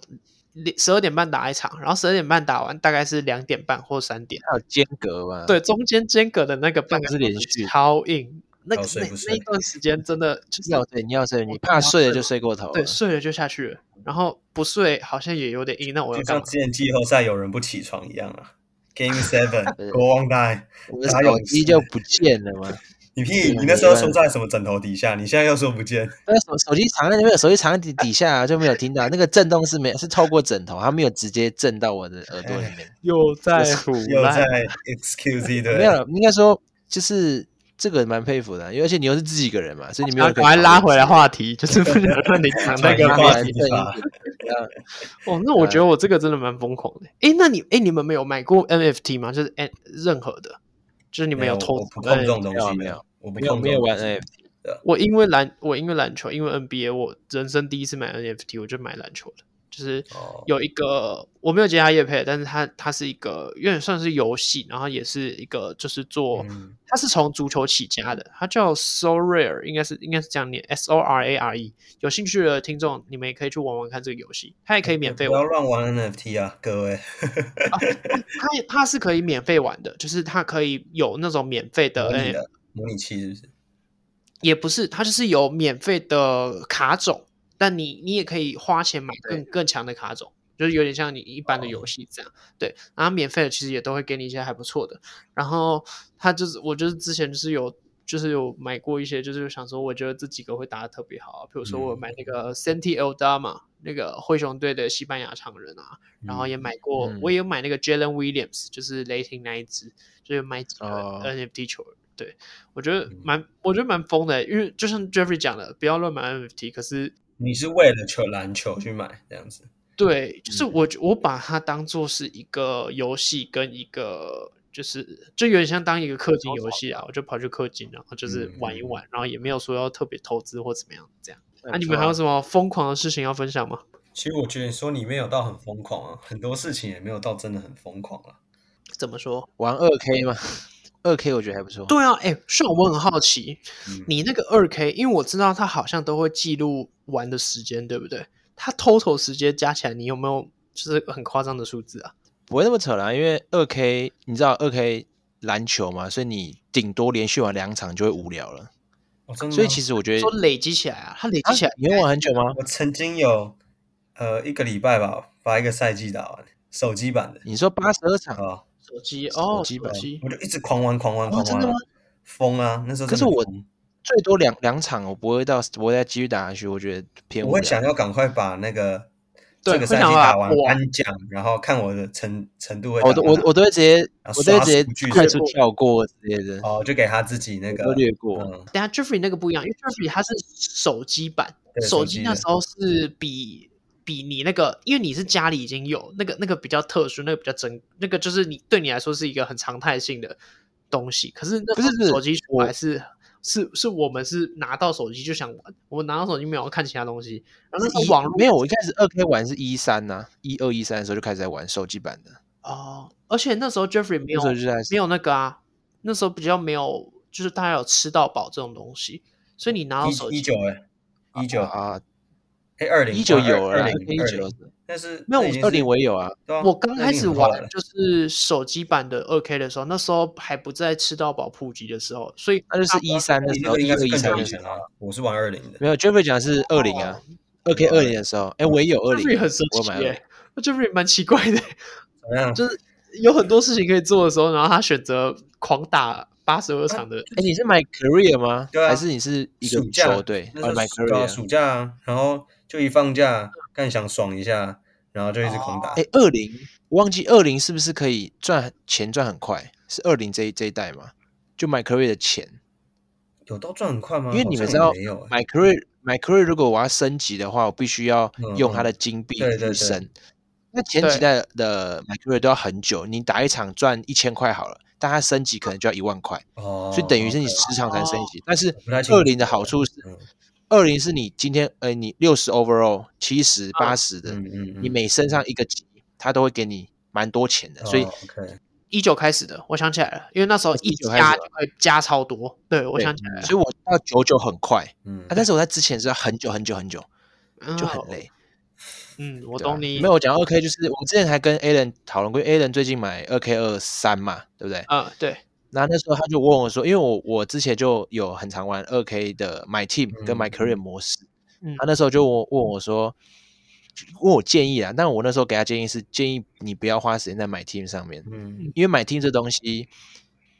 [SPEAKER 1] 十二点半打一场，然后十二点半打完，大概是两点半或三点，
[SPEAKER 3] 嗯
[SPEAKER 2] 它有间隔嘛？
[SPEAKER 1] 对，，中间间隔的那个半
[SPEAKER 2] 不
[SPEAKER 1] 个
[SPEAKER 2] 是
[SPEAKER 1] 小
[SPEAKER 2] 连
[SPEAKER 1] 时
[SPEAKER 2] 续
[SPEAKER 1] 超硬，那
[SPEAKER 3] 要
[SPEAKER 1] 个
[SPEAKER 3] 睡
[SPEAKER 1] 那
[SPEAKER 3] 哦
[SPEAKER 1] 那
[SPEAKER 3] 不
[SPEAKER 1] 一
[SPEAKER 3] 睡
[SPEAKER 1] 段时间真的就是
[SPEAKER 2] 要睡你要睡，你
[SPEAKER 1] 我
[SPEAKER 2] 怕
[SPEAKER 1] 要
[SPEAKER 2] 睡
[SPEAKER 1] 睡
[SPEAKER 2] 了就
[SPEAKER 1] 了
[SPEAKER 2] 睡过头了
[SPEAKER 1] 对，。睡了就下去了，然后不睡好像也有点硬，那我要
[SPEAKER 3] 就
[SPEAKER 1] 干
[SPEAKER 3] 像
[SPEAKER 1] 嘛？
[SPEAKER 3] 之前季后赛有人不起床一样啊。Game Seven，国王带
[SPEAKER 2] 我的
[SPEAKER 3] 打
[SPEAKER 2] 手
[SPEAKER 3] 勇
[SPEAKER 2] 机
[SPEAKER 3] 士
[SPEAKER 2] 就不见了嘛？
[SPEAKER 3] 你
[SPEAKER 2] 对
[SPEAKER 3] 屁！
[SPEAKER 2] 啊
[SPEAKER 3] 你那时候
[SPEAKER 2] 没办
[SPEAKER 3] 说在什么枕头底下，你现在又说不见。
[SPEAKER 2] 但手手机藏在那边，手机藏在底底下、啊就没有听到那个震动是没有是透过枕头，它没有直接震到我的耳朵里 面。
[SPEAKER 1] 又在胡
[SPEAKER 3] 又
[SPEAKER 1] 乱，
[SPEAKER 3] 在 excuse 的，
[SPEAKER 2] 没有，了，应该说就是这个蛮佩服的，因为而且你又是自己一个人嘛，所以你没有
[SPEAKER 1] 然后
[SPEAKER 2] 人可
[SPEAKER 1] 啊赶
[SPEAKER 2] 以
[SPEAKER 1] 快
[SPEAKER 2] 讨
[SPEAKER 1] 拉
[SPEAKER 2] 论
[SPEAKER 1] 回来话题，就是 不能让你讲那
[SPEAKER 3] 转移
[SPEAKER 1] 个
[SPEAKER 2] 拉
[SPEAKER 1] 话
[SPEAKER 2] 回
[SPEAKER 3] 话
[SPEAKER 1] 题
[SPEAKER 2] 来
[SPEAKER 3] 题
[SPEAKER 2] 对
[SPEAKER 3] 吧
[SPEAKER 1] 哦，那我觉得我这个真的蛮疯狂的。诶，那你诶，你们没有买过 NFT 吗？就是诶，任何的，就是你们
[SPEAKER 3] 有
[SPEAKER 1] 投哎
[SPEAKER 3] 我不碰这种东
[SPEAKER 2] 没有
[SPEAKER 3] 西
[SPEAKER 2] 没
[SPEAKER 3] 的
[SPEAKER 2] 有，
[SPEAKER 3] 我不
[SPEAKER 2] 没有
[SPEAKER 3] 碰这
[SPEAKER 2] 没有
[SPEAKER 3] 种
[SPEAKER 2] 玩哎
[SPEAKER 3] 东西
[SPEAKER 2] NFT，
[SPEAKER 1] 我因为篮，我因为篮球，因为 NBA，我人生第一次买 NFT，我就买篮球的。就是
[SPEAKER 3] 哦
[SPEAKER 1] 有一个我没有接他叶配，但是他他是一个有点算是游戏，然后也是一个就是做，
[SPEAKER 3] 嗯
[SPEAKER 1] 他是从足球起家的，他叫 So Rare，应该是应该是这样念 S O R A R E。有兴趣的听众，你们也可以去玩玩看这个游戏，它也可以免费
[SPEAKER 3] 不
[SPEAKER 1] 玩
[SPEAKER 3] 要。乱玩 NFT 啊，各位。
[SPEAKER 1] 它也它是可以免费玩的，就是它可以有那种免费的哎
[SPEAKER 3] 模
[SPEAKER 2] 哎
[SPEAKER 3] 拟
[SPEAKER 1] N
[SPEAKER 3] 的模拟器是不是？
[SPEAKER 1] 也不是，它就是有免费的卡种，但你你也可以花钱买更更强的卡种，就是有点像你一般的游戏这样。对，然后免费的其实也都会给你一些还不错的。然后它就是我就是之前就是有就是有买过一些，就是想说我觉得这几个会打的特别好啊，比如说
[SPEAKER 3] 嗯
[SPEAKER 1] 我有买那个 Santi Eldama 那个灰熊队的西班牙常人啊，然后也买过，
[SPEAKER 2] 嗯
[SPEAKER 1] 我也有买那个 Jalen Williams，就是雷霆那一只，就是买几个
[SPEAKER 2] 哦
[SPEAKER 1] NFT 球员。对，我觉得蛮，我觉得蛮疯的，因为就像 Jeffrey 讲的，不要乱买 NFT。可是，
[SPEAKER 3] 你是为了球篮球去买这样子？
[SPEAKER 1] 对，就是我、我把它当做是一个游戏跟一个。就是就有点像当一个氪金游戏啊，我就跑去氪金，然后就是
[SPEAKER 3] 嗯
[SPEAKER 1] 玩一玩，然后也没有说要特别投资或怎么样这样。那、
[SPEAKER 2] 那
[SPEAKER 1] 你们还有
[SPEAKER 2] 说啊
[SPEAKER 1] 什么疯狂的事情要分享吗？
[SPEAKER 3] 其实我觉得你说你没有到很疯狂啊，很多事情也没有到真的很疯狂啊。
[SPEAKER 1] 怎么说？
[SPEAKER 2] 玩二 K 吗？二 K 我觉得还不错，
[SPEAKER 1] 对啊，哎、是我很好奇，
[SPEAKER 3] 嗯，
[SPEAKER 1] 你那个二 K，因为我知道它好像都会记录玩的时间，对不对？它 total 时间加起来，你有没有就是很夸张的数字啊？
[SPEAKER 2] 不会那么扯啦，因为二 K 你知道二 K 篮球嘛，所以你顶多连续玩两场就会无聊了，
[SPEAKER 3] 哦真的吗
[SPEAKER 2] 所以其实我觉得
[SPEAKER 1] 嗯说累积起来啊，它累积起来
[SPEAKER 2] 啊，你会玩很久吗？
[SPEAKER 3] 我曾经有呃一个礼拜吧，把一个赛季打完，手机版的
[SPEAKER 2] 你说八十二场，
[SPEAKER 3] 啊，
[SPEAKER 1] 手机哦，
[SPEAKER 2] 手机吧
[SPEAKER 1] 手机
[SPEAKER 3] 我就一直狂玩狂玩
[SPEAKER 2] 哦
[SPEAKER 3] 狂玩、
[SPEAKER 2] 真的吗
[SPEAKER 3] 疯啊！那时候
[SPEAKER 2] 可是
[SPEAKER 3] 真的
[SPEAKER 2] 我
[SPEAKER 3] 疯
[SPEAKER 2] 最多两两场，我不会到，我再继续打下去，我觉得偏
[SPEAKER 3] 我
[SPEAKER 2] 无
[SPEAKER 3] 会
[SPEAKER 2] 聊
[SPEAKER 3] 想。要赶快把那个
[SPEAKER 1] 对
[SPEAKER 3] 这个赛季
[SPEAKER 1] 会想要把它
[SPEAKER 3] 打完
[SPEAKER 1] 播完
[SPEAKER 3] 颁奖，然后看我的程程度会
[SPEAKER 2] 哦我都
[SPEAKER 3] 到
[SPEAKER 2] 我
[SPEAKER 3] 哪
[SPEAKER 2] 我都会直接，
[SPEAKER 3] 啊
[SPEAKER 2] 我都会
[SPEAKER 3] 刷
[SPEAKER 2] 直接
[SPEAKER 3] 数据
[SPEAKER 2] 快
[SPEAKER 3] 的
[SPEAKER 2] 速跳过之类的，
[SPEAKER 3] 哦，就给他自己那
[SPEAKER 2] 我
[SPEAKER 3] 个
[SPEAKER 2] 都略过。
[SPEAKER 3] 嗯，
[SPEAKER 1] 等一下 Jeffrey 那个不一样，因为 Jeffrey 它是手机版，
[SPEAKER 3] 对
[SPEAKER 1] 手
[SPEAKER 3] 手
[SPEAKER 1] 机
[SPEAKER 3] 机
[SPEAKER 1] 那
[SPEAKER 3] 的
[SPEAKER 1] 时候是比比你那个，因为你是家里已经有那个那个比较特殊，那个比较珍，那个就是你对你来说是一个很常态性的东西。可是那
[SPEAKER 2] 不是
[SPEAKER 1] 时
[SPEAKER 2] 不
[SPEAKER 1] 候
[SPEAKER 2] 是
[SPEAKER 1] 手机出来是是是我们是拿到手机就想玩，我们拿到手机没有看其他东西，然后那时
[SPEAKER 2] 一
[SPEAKER 1] 候网络
[SPEAKER 2] 没有，我一开始二 K 玩是一三呐，一二一三的时候就开始在玩手机版的，
[SPEAKER 1] 哦，而且那时候 Jeffrey 没
[SPEAKER 2] 那
[SPEAKER 1] 有
[SPEAKER 2] 时候就在
[SPEAKER 1] 没有那个啊，那时候比较没有，就是大家有吃到饱这种东西，所以你拿到手
[SPEAKER 3] 一一
[SPEAKER 1] 机哦
[SPEAKER 3] 九哎，一九
[SPEAKER 2] 啊，
[SPEAKER 3] 哎二零
[SPEAKER 2] 一九有
[SPEAKER 3] 二
[SPEAKER 2] 了啦，
[SPEAKER 3] 零
[SPEAKER 2] 一九，
[SPEAKER 3] 但是
[SPEAKER 1] 没有
[SPEAKER 3] 那已经是
[SPEAKER 2] 二零我也有啊，
[SPEAKER 3] 对啊
[SPEAKER 1] 我刚
[SPEAKER 3] 那
[SPEAKER 1] 开
[SPEAKER 3] 已经
[SPEAKER 1] 始
[SPEAKER 3] 很后来
[SPEAKER 1] 玩
[SPEAKER 3] 了
[SPEAKER 1] 就是手机版的二 K 的时候，那时候还不在吃到饱普及的时候，所以
[SPEAKER 2] 那就是一三的
[SPEAKER 3] 你
[SPEAKER 2] 时
[SPEAKER 3] 那
[SPEAKER 2] 候，
[SPEAKER 3] 个应
[SPEAKER 2] 一
[SPEAKER 3] 该
[SPEAKER 2] 二
[SPEAKER 3] 是
[SPEAKER 2] 一
[SPEAKER 3] 更
[SPEAKER 2] 三
[SPEAKER 3] 久以
[SPEAKER 2] 的时
[SPEAKER 3] 前
[SPEAKER 2] 候，
[SPEAKER 3] 啊，我是玩二零的，
[SPEAKER 2] 没有，Jeffrey 讲是二零啊，二 K 二零的时候，哎，我也有二
[SPEAKER 1] 哦 Jeffrey
[SPEAKER 2] 零，
[SPEAKER 1] 很神
[SPEAKER 2] 我
[SPEAKER 1] 奇
[SPEAKER 2] 买了
[SPEAKER 1] 耶、那 Jeffrey 蛮奇怪的，
[SPEAKER 3] 怎么样？
[SPEAKER 1] 就是有很多事情可以做的时候，然后他选择狂打八十二场的，
[SPEAKER 2] 哎，你是买 Career 吗？
[SPEAKER 3] 对啊
[SPEAKER 2] 还是你是一个
[SPEAKER 3] 暑假
[SPEAKER 2] 球队？
[SPEAKER 3] 那时
[SPEAKER 2] 哦，
[SPEAKER 3] 候
[SPEAKER 2] 买
[SPEAKER 3] 暑对啊
[SPEAKER 2] Career。
[SPEAKER 3] 暑假啊，然后就一放假，干想爽一下，然后就一直狂打。
[SPEAKER 2] 哎，二零，我忘记二零是不是可以赚钱赚很快？是二零这一这一代吗？就买 Career 的钱，
[SPEAKER 3] 有到赚很快吗？
[SPEAKER 2] 因为你们
[SPEAKER 3] 好
[SPEAKER 2] 知
[SPEAKER 3] 像
[SPEAKER 2] 道
[SPEAKER 3] 也没有哎
[SPEAKER 2] 买 Career 买 Career，如果我要升级的话，我必须要
[SPEAKER 3] 嗯
[SPEAKER 2] 用它
[SPEAKER 3] 嗯
[SPEAKER 2] 的金币
[SPEAKER 3] 对对
[SPEAKER 2] 去
[SPEAKER 3] 对
[SPEAKER 2] 升。那前几代的买 Career 都要很久，你打一场赚一千块好了，但它升级可能就要一万块，
[SPEAKER 3] 哦，
[SPEAKER 2] 所以等于是你
[SPEAKER 3] 对啊
[SPEAKER 2] 十场才升级。但是
[SPEAKER 3] 不太清楚
[SPEAKER 2] 二零的好处是
[SPEAKER 3] 嗯，
[SPEAKER 2] 二零是你今天呃你六十 overall 七十八十的，
[SPEAKER 3] 嗯嗯嗯，
[SPEAKER 2] 你每升上一个级，它都会给你蛮多钱的，所以
[SPEAKER 3] 哦 OK
[SPEAKER 1] 一九开始的，我想起来了，因为那时候一
[SPEAKER 2] 哦19开始
[SPEAKER 1] 加
[SPEAKER 2] 的
[SPEAKER 1] 就会加超多，对我
[SPEAKER 2] 对
[SPEAKER 1] 想起来了，
[SPEAKER 2] 所以我到九九很快
[SPEAKER 3] 啊嗯
[SPEAKER 2] 啊，，但是我在之前是要很久很久很久就很累。
[SPEAKER 1] 嗯，哦我
[SPEAKER 2] 对
[SPEAKER 1] 懂
[SPEAKER 2] 吧
[SPEAKER 1] 你，
[SPEAKER 2] 没有，我讲二 K 就是我之前还跟 Alan 讨论过，Alan 最近买二 K 二三嘛，对不对？
[SPEAKER 1] 嗯，对，
[SPEAKER 2] 然后那时候他就问我说，因为我我之前就有很常玩二 K 的 My Team 跟 My
[SPEAKER 3] 嗯
[SPEAKER 2] Career 模式，
[SPEAKER 1] 嗯
[SPEAKER 2] 他那时候就问问我说，问我建议啊，但我那时候给他建议是建议你不要花时间在 My Team 上面，
[SPEAKER 3] 嗯
[SPEAKER 2] 因为 My Team 这东西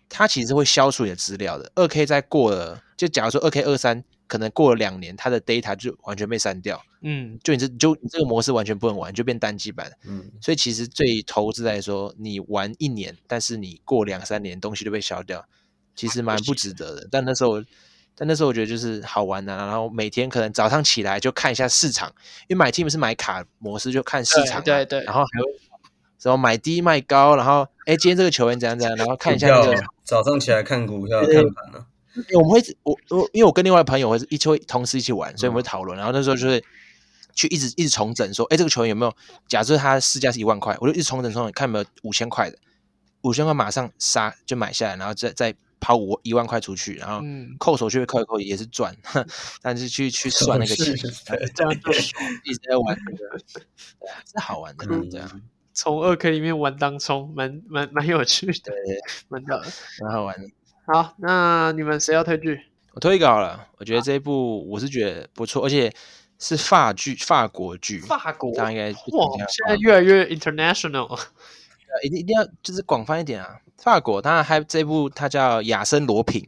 [SPEAKER 2] 它其实会消除你的资料的。二 K 在过了，就假如说二 K 二三可能过了两年，它的 data 就完全被删掉，
[SPEAKER 1] 嗯，
[SPEAKER 2] 就你这就你这个模式完全不能玩，就变单机版。
[SPEAKER 3] 嗯，
[SPEAKER 2] 所以其实对于投资来说，你玩一年，但是你过两三年东西都被消掉，其实蛮不值得的。但那时候，但那时候我觉得就是好玩啊，然后每天可能早上起来就看一下市场，因为买 team 是买卡模式，就看市场啊、
[SPEAKER 1] 对对对
[SPEAKER 2] 然后还会什么买低卖高，然后哎、诶今天这个球员怎样怎样，然后看一下那
[SPEAKER 3] 股
[SPEAKER 2] 个呃
[SPEAKER 3] 票，早上起来看股票
[SPEAKER 2] 对
[SPEAKER 3] 看盘啊了，
[SPEAKER 2] 因为我们会我我因为我跟另外朋友会一起会同时一起玩，所以我们会讨论。然后那时候就是去一直一直重整说，哎，这个球员有没有？假设他市价是一万块，我就一直重整重整，看有没有五千块的，五千块马上杀就买下来，然后再再抛五一万块出去，然后
[SPEAKER 1] 嗯
[SPEAKER 2] 扣手续费扣一扣也是赚， 但是去去算那个钱，
[SPEAKER 3] 是
[SPEAKER 1] 这样 就爽
[SPEAKER 2] 一直在玩那个，对啊是好玩的
[SPEAKER 3] 嗯
[SPEAKER 2] 啦，对啊，
[SPEAKER 1] 从二 K 里面玩当冲，蛮蛮蛮有趣的，
[SPEAKER 2] 对，
[SPEAKER 1] 蛮屌的。
[SPEAKER 2] 蛮好玩的。
[SPEAKER 1] 好，那你们谁要推剧？
[SPEAKER 2] 我推一个好了，我觉得这一部我是觉得不错，而且是法剧法国剧，
[SPEAKER 1] 法国
[SPEAKER 2] 大家应该是
[SPEAKER 1] 哇
[SPEAKER 2] 比较，
[SPEAKER 1] 现在越来越 international。
[SPEAKER 2] 一定一定要就是广泛一点啊。法国，当然还这部它叫《亚森罗平》，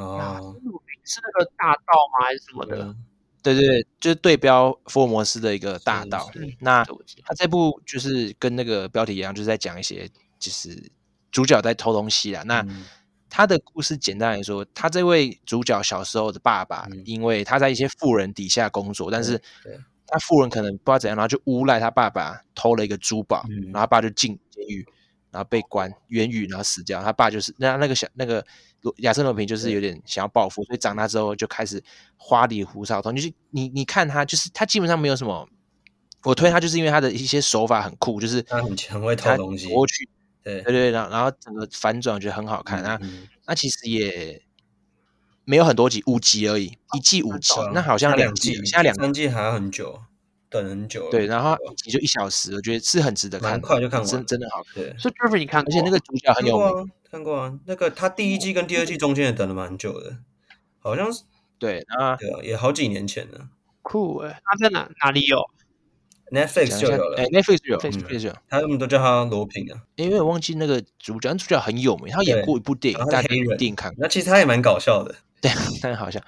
[SPEAKER 3] 哦，
[SPEAKER 1] 是那啊个大道吗？还是什么的？
[SPEAKER 3] 嗯
[SPEAKER 2] 对啊对对，就是对标福尔摩斯的一个大盗
[SPEAKER 1] 是是。
[SPEAKER 2] 那
[SPEAKER 1] 嗯对我记得
[SPEAKER 2] 它这部就是跟那个标题一样，就是在讲一些就是主角在偷东西啦。那
[SPEAKER 3] 嗯
[SPEAKER 2] 他的故事简单来说，他这位主角小时候的爸爸，
[SPEAKER 3] 嗯
[SPEAKER 2] 因为他在一些富人底下工作，但是
[SPEAKER 3] 对
[SPEAKER 2] 他富人可能不知道怎样，然后就诬赖他爸爸偷了一个珠宝，
[SPEAKER 3] 嗯
[SPEAKER 2] 然后他爸就进监狱，然后被关冤狱，然后死掉。他爸就是那那个小那个罗亚森罗平就是有点想要报复，所以长大之后就开始花里胡哨的东西。就是你你看他，就是他基本上没有什么。我推他就是因为他的一些手法很酷，就是
[SPEAKER 3] 他很很会偷
[SPEAKER 2] 他
[SPEAKER 3] 东西，
[SPEAKER 2] 夺取
[SPEAKER 3] 对
[SPEAKER 2] 对，对，然后然后整个反转我觉得很好看。那
[SPEAKER 3] 嗯
[SPEAKER 2] 那其实也没有很多集，五集而已，一季五集
[SPEAKER 3] 对啊，
[SPEAKER 2] 哦那好像
[SPEAKER 3] 他两
[SPEAKER 2] 季，
[SPEAKER 3] 季，
[SPEAKER 2] 现在两
[SPEAKER 3] 三季还要很久，等很久了，
[SPEAKER 2] 对，然后一集就一小时，我觉得是很值得看
[SPEAKER 3] 蛮
[SPEAKER 2] 的，
[SPEAKER 3] 快就看完
[SPEAKER 2] 真
[SPEAKER 3] 了
[SPEAKER 2] 真的好看，
[SPEAKER 3] 对，
[SPEAKER 1] 所以 Jeffrey 你看
[SPEAKER 2] 而
[SPEAKER 1] 过，
[SPEAKER 2] 且那个主角很
[SPEAKER 3] 看
[SPEAKER 2] 有
[SPEAKER 3] 过
[SPEAKER 2] 名，
[SPEAKER 3] 啊，看过啊，那个他第一季跟第二季中间也等了蛮久的，好像是
[SPEAKER 2] 对，然后
[SPEAKER 3] 对啊，也好几年前了
[SPEAKER 1] 酷哎，他在哪哪里有？
[SPEAKER 3] ，Netflix
[SPEAKER 2] 讲一
[SPEAKER 3] 就
[SPEAKER 2] 下，
[SPEAKER 3] 有了
[SPEAKER 2] 哎，，Netflix 有
[SPEAKER 1] Netflix
[SPEAKER 2] ，Netflix 有，
[SPEAKER 3] 他们都叫他罗平啊。
[SPEAKER 2] 因为我忘记那个主角，那主角很有名，他演
[SPEAKER 3] 对
[SPEAKER 2] 过一部电影，
[SPEAKER 3] 然后
[SPEAKER 2] 大家
[SPEAKER 3] 他是黑
[SPEAKER 2] 一
[SPEAKER 3] 人
[SPEAKER 2] 定看过，
[SPEAKER 3] 那其实他也蛮搞笑的，
[SPEAKER 2] 对，但好像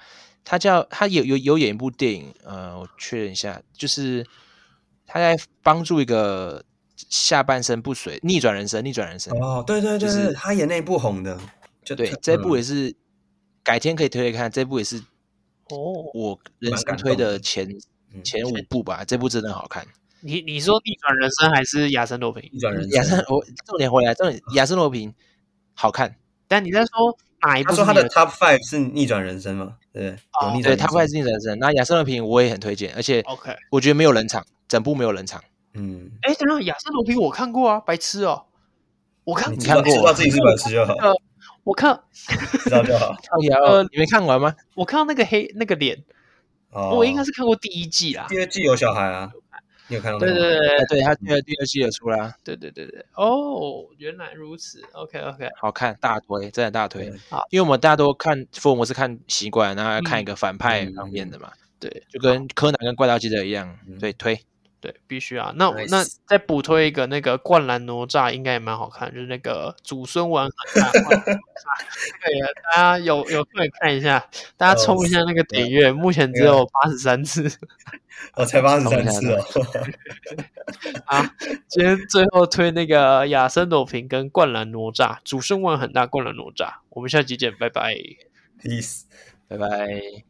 [SPEAKER 2] 他叫他有有有演一部电影，呃，我确认一下，就是他在帮助一个下半身不遂、逆转人生、逆转人生，
[SPEAKER 3] 哦，对对对
[SPEAKER 2] 就是
[SPEAKER 3] 对，他演那部红的，就
[SPEAKER 2] 对
[SPEAKER 3] 特，
[SPEAKER 2] 这部也
[SPEAKER 3] 嗯
[SPEAKER 2] 是改天可以推推看，这部也是
[SPEAKER 1] 哦，
[SPEAKER 2] 我人
[SPEAKER 3] 蛮
[SPEAKER 2] 生
[SPEAKER 3] 感
[SPEAKER 2] 推
[SPEAKER 3] 动
[SPEAKER 2] 的
[SPEAKER 3] 的
[SPEAKER 2] 前
[SPEAKER 3] 嗯
[SPEAKER 2] 前五部吧，这部真的很好看。
[SPEAKER 1] 你你说逆转人生还是亚森罗平？
[SPEAKER 3] 逆转人
[SPEAKER 2] 亚森
[SPEAKER 3] 生。，嗯
[SPEAKER 2] 我重点回来，重点亚森罗平好看，
[SPEAKER 1] 但你在说哪一部
[SPEAKER 3] 他
[SPEAKER 1] 是
[SPEAKER 3] 说
[SPEAKER 1] 你
[SPEAKER 3] 他
[SPEAKER 1] 的？
[SPEAKER 3] 的 Top Five 是逆转人生嘛？对，有逆
[SPEAKER 2] 哦
[SPEAKER 3] 转
[SPEAKER 2] 对，
[SPEAKER 3] 人
[SPEAKER 2] 他
[SPEAKER 3] 生哦
[SPEAKER 2] 不还是逆转人生。那亚森罗平我也很推荐，而且
[SPEAKER 1] OK，
[SPEAKER 2] 我觉得没有冷场，整部没有冷场。
[SPEAKER 3] 嗯，
[SPEAKER 1] 哎，等一下亚森罗平我看过啊，白痴哦，我看
[SPEAKER 3] 你
[SPEAKER 2] 你
[SPEAKER 3] 知
[SPEAKER 2] 看
[SPEAKER 3] 道
[SPEAKER 2] 过
[SPEAKER 3] 知道自己 是白痴就好，
[SPEAKER 1] 我看
[SPEAKER 3] 知道就好。
[SPEAKER 2] 到底要你没看完吗？
[SPEAKER 1] 我看到那个黑那个脸，
[SPEAKER 3] 哦，
[SPEAKER 1] 我应该是看过第一季啦。
[SPEAKER 3] 第二季有小孩啊，你有看到那
[SPEAKER 1] 对
[SPEAKER 3] 个吗？
[SPEAKER 1] 对对
[SPEAKER 2] 哎，对
[SPEAKER 3] 嗯
[SPEAKER 2] 他第二第二季有出啦，
[SPEAKER 1] 对对对对，哦，原来如此，OK OK，
[SPEAKER 2] 好看，大推，真的大推
[SPEAKER 3] 对
[SPEAKER 1] 好。
[SPEAKER 2] 因为我们大多看福尔摩斯看习惯，然后要看
[SPEAKER 1] 嗯
[SPEAKER 2] 一个反派
[SPEAKER 3] 嗯
[SPEAKER 2] 方面的嘛，
[SPEAKER 1] 对
[SPEAKER 2] 就跟柯南跟怪盗基德一样
[SPEAKER 3] 嗯，
[SPEAKER 2] 对，推。
[SPEAKER 1] 对，必须啊。那
[SPEAKER 3] Nice
[SPEAKER 1] 那再补推一个那个《灌篮哪吒》，应该也蛮好看，就是那个祖孙玩很大，这个也大家有有空也看一下，大家冲一下那个点阅，目前只有八十三次
[SPEAKER 3] 我才八十三次哦。
[SPEAKER 1] 啊。今天最后推那个亚森罗平跟《灌篮哪吒》，祖孙玩很大，《灌篮哪吒》，我们下期见，拜拜。
[SPEAKER 3] Peace。
[SPEAKER 2] 拜拜。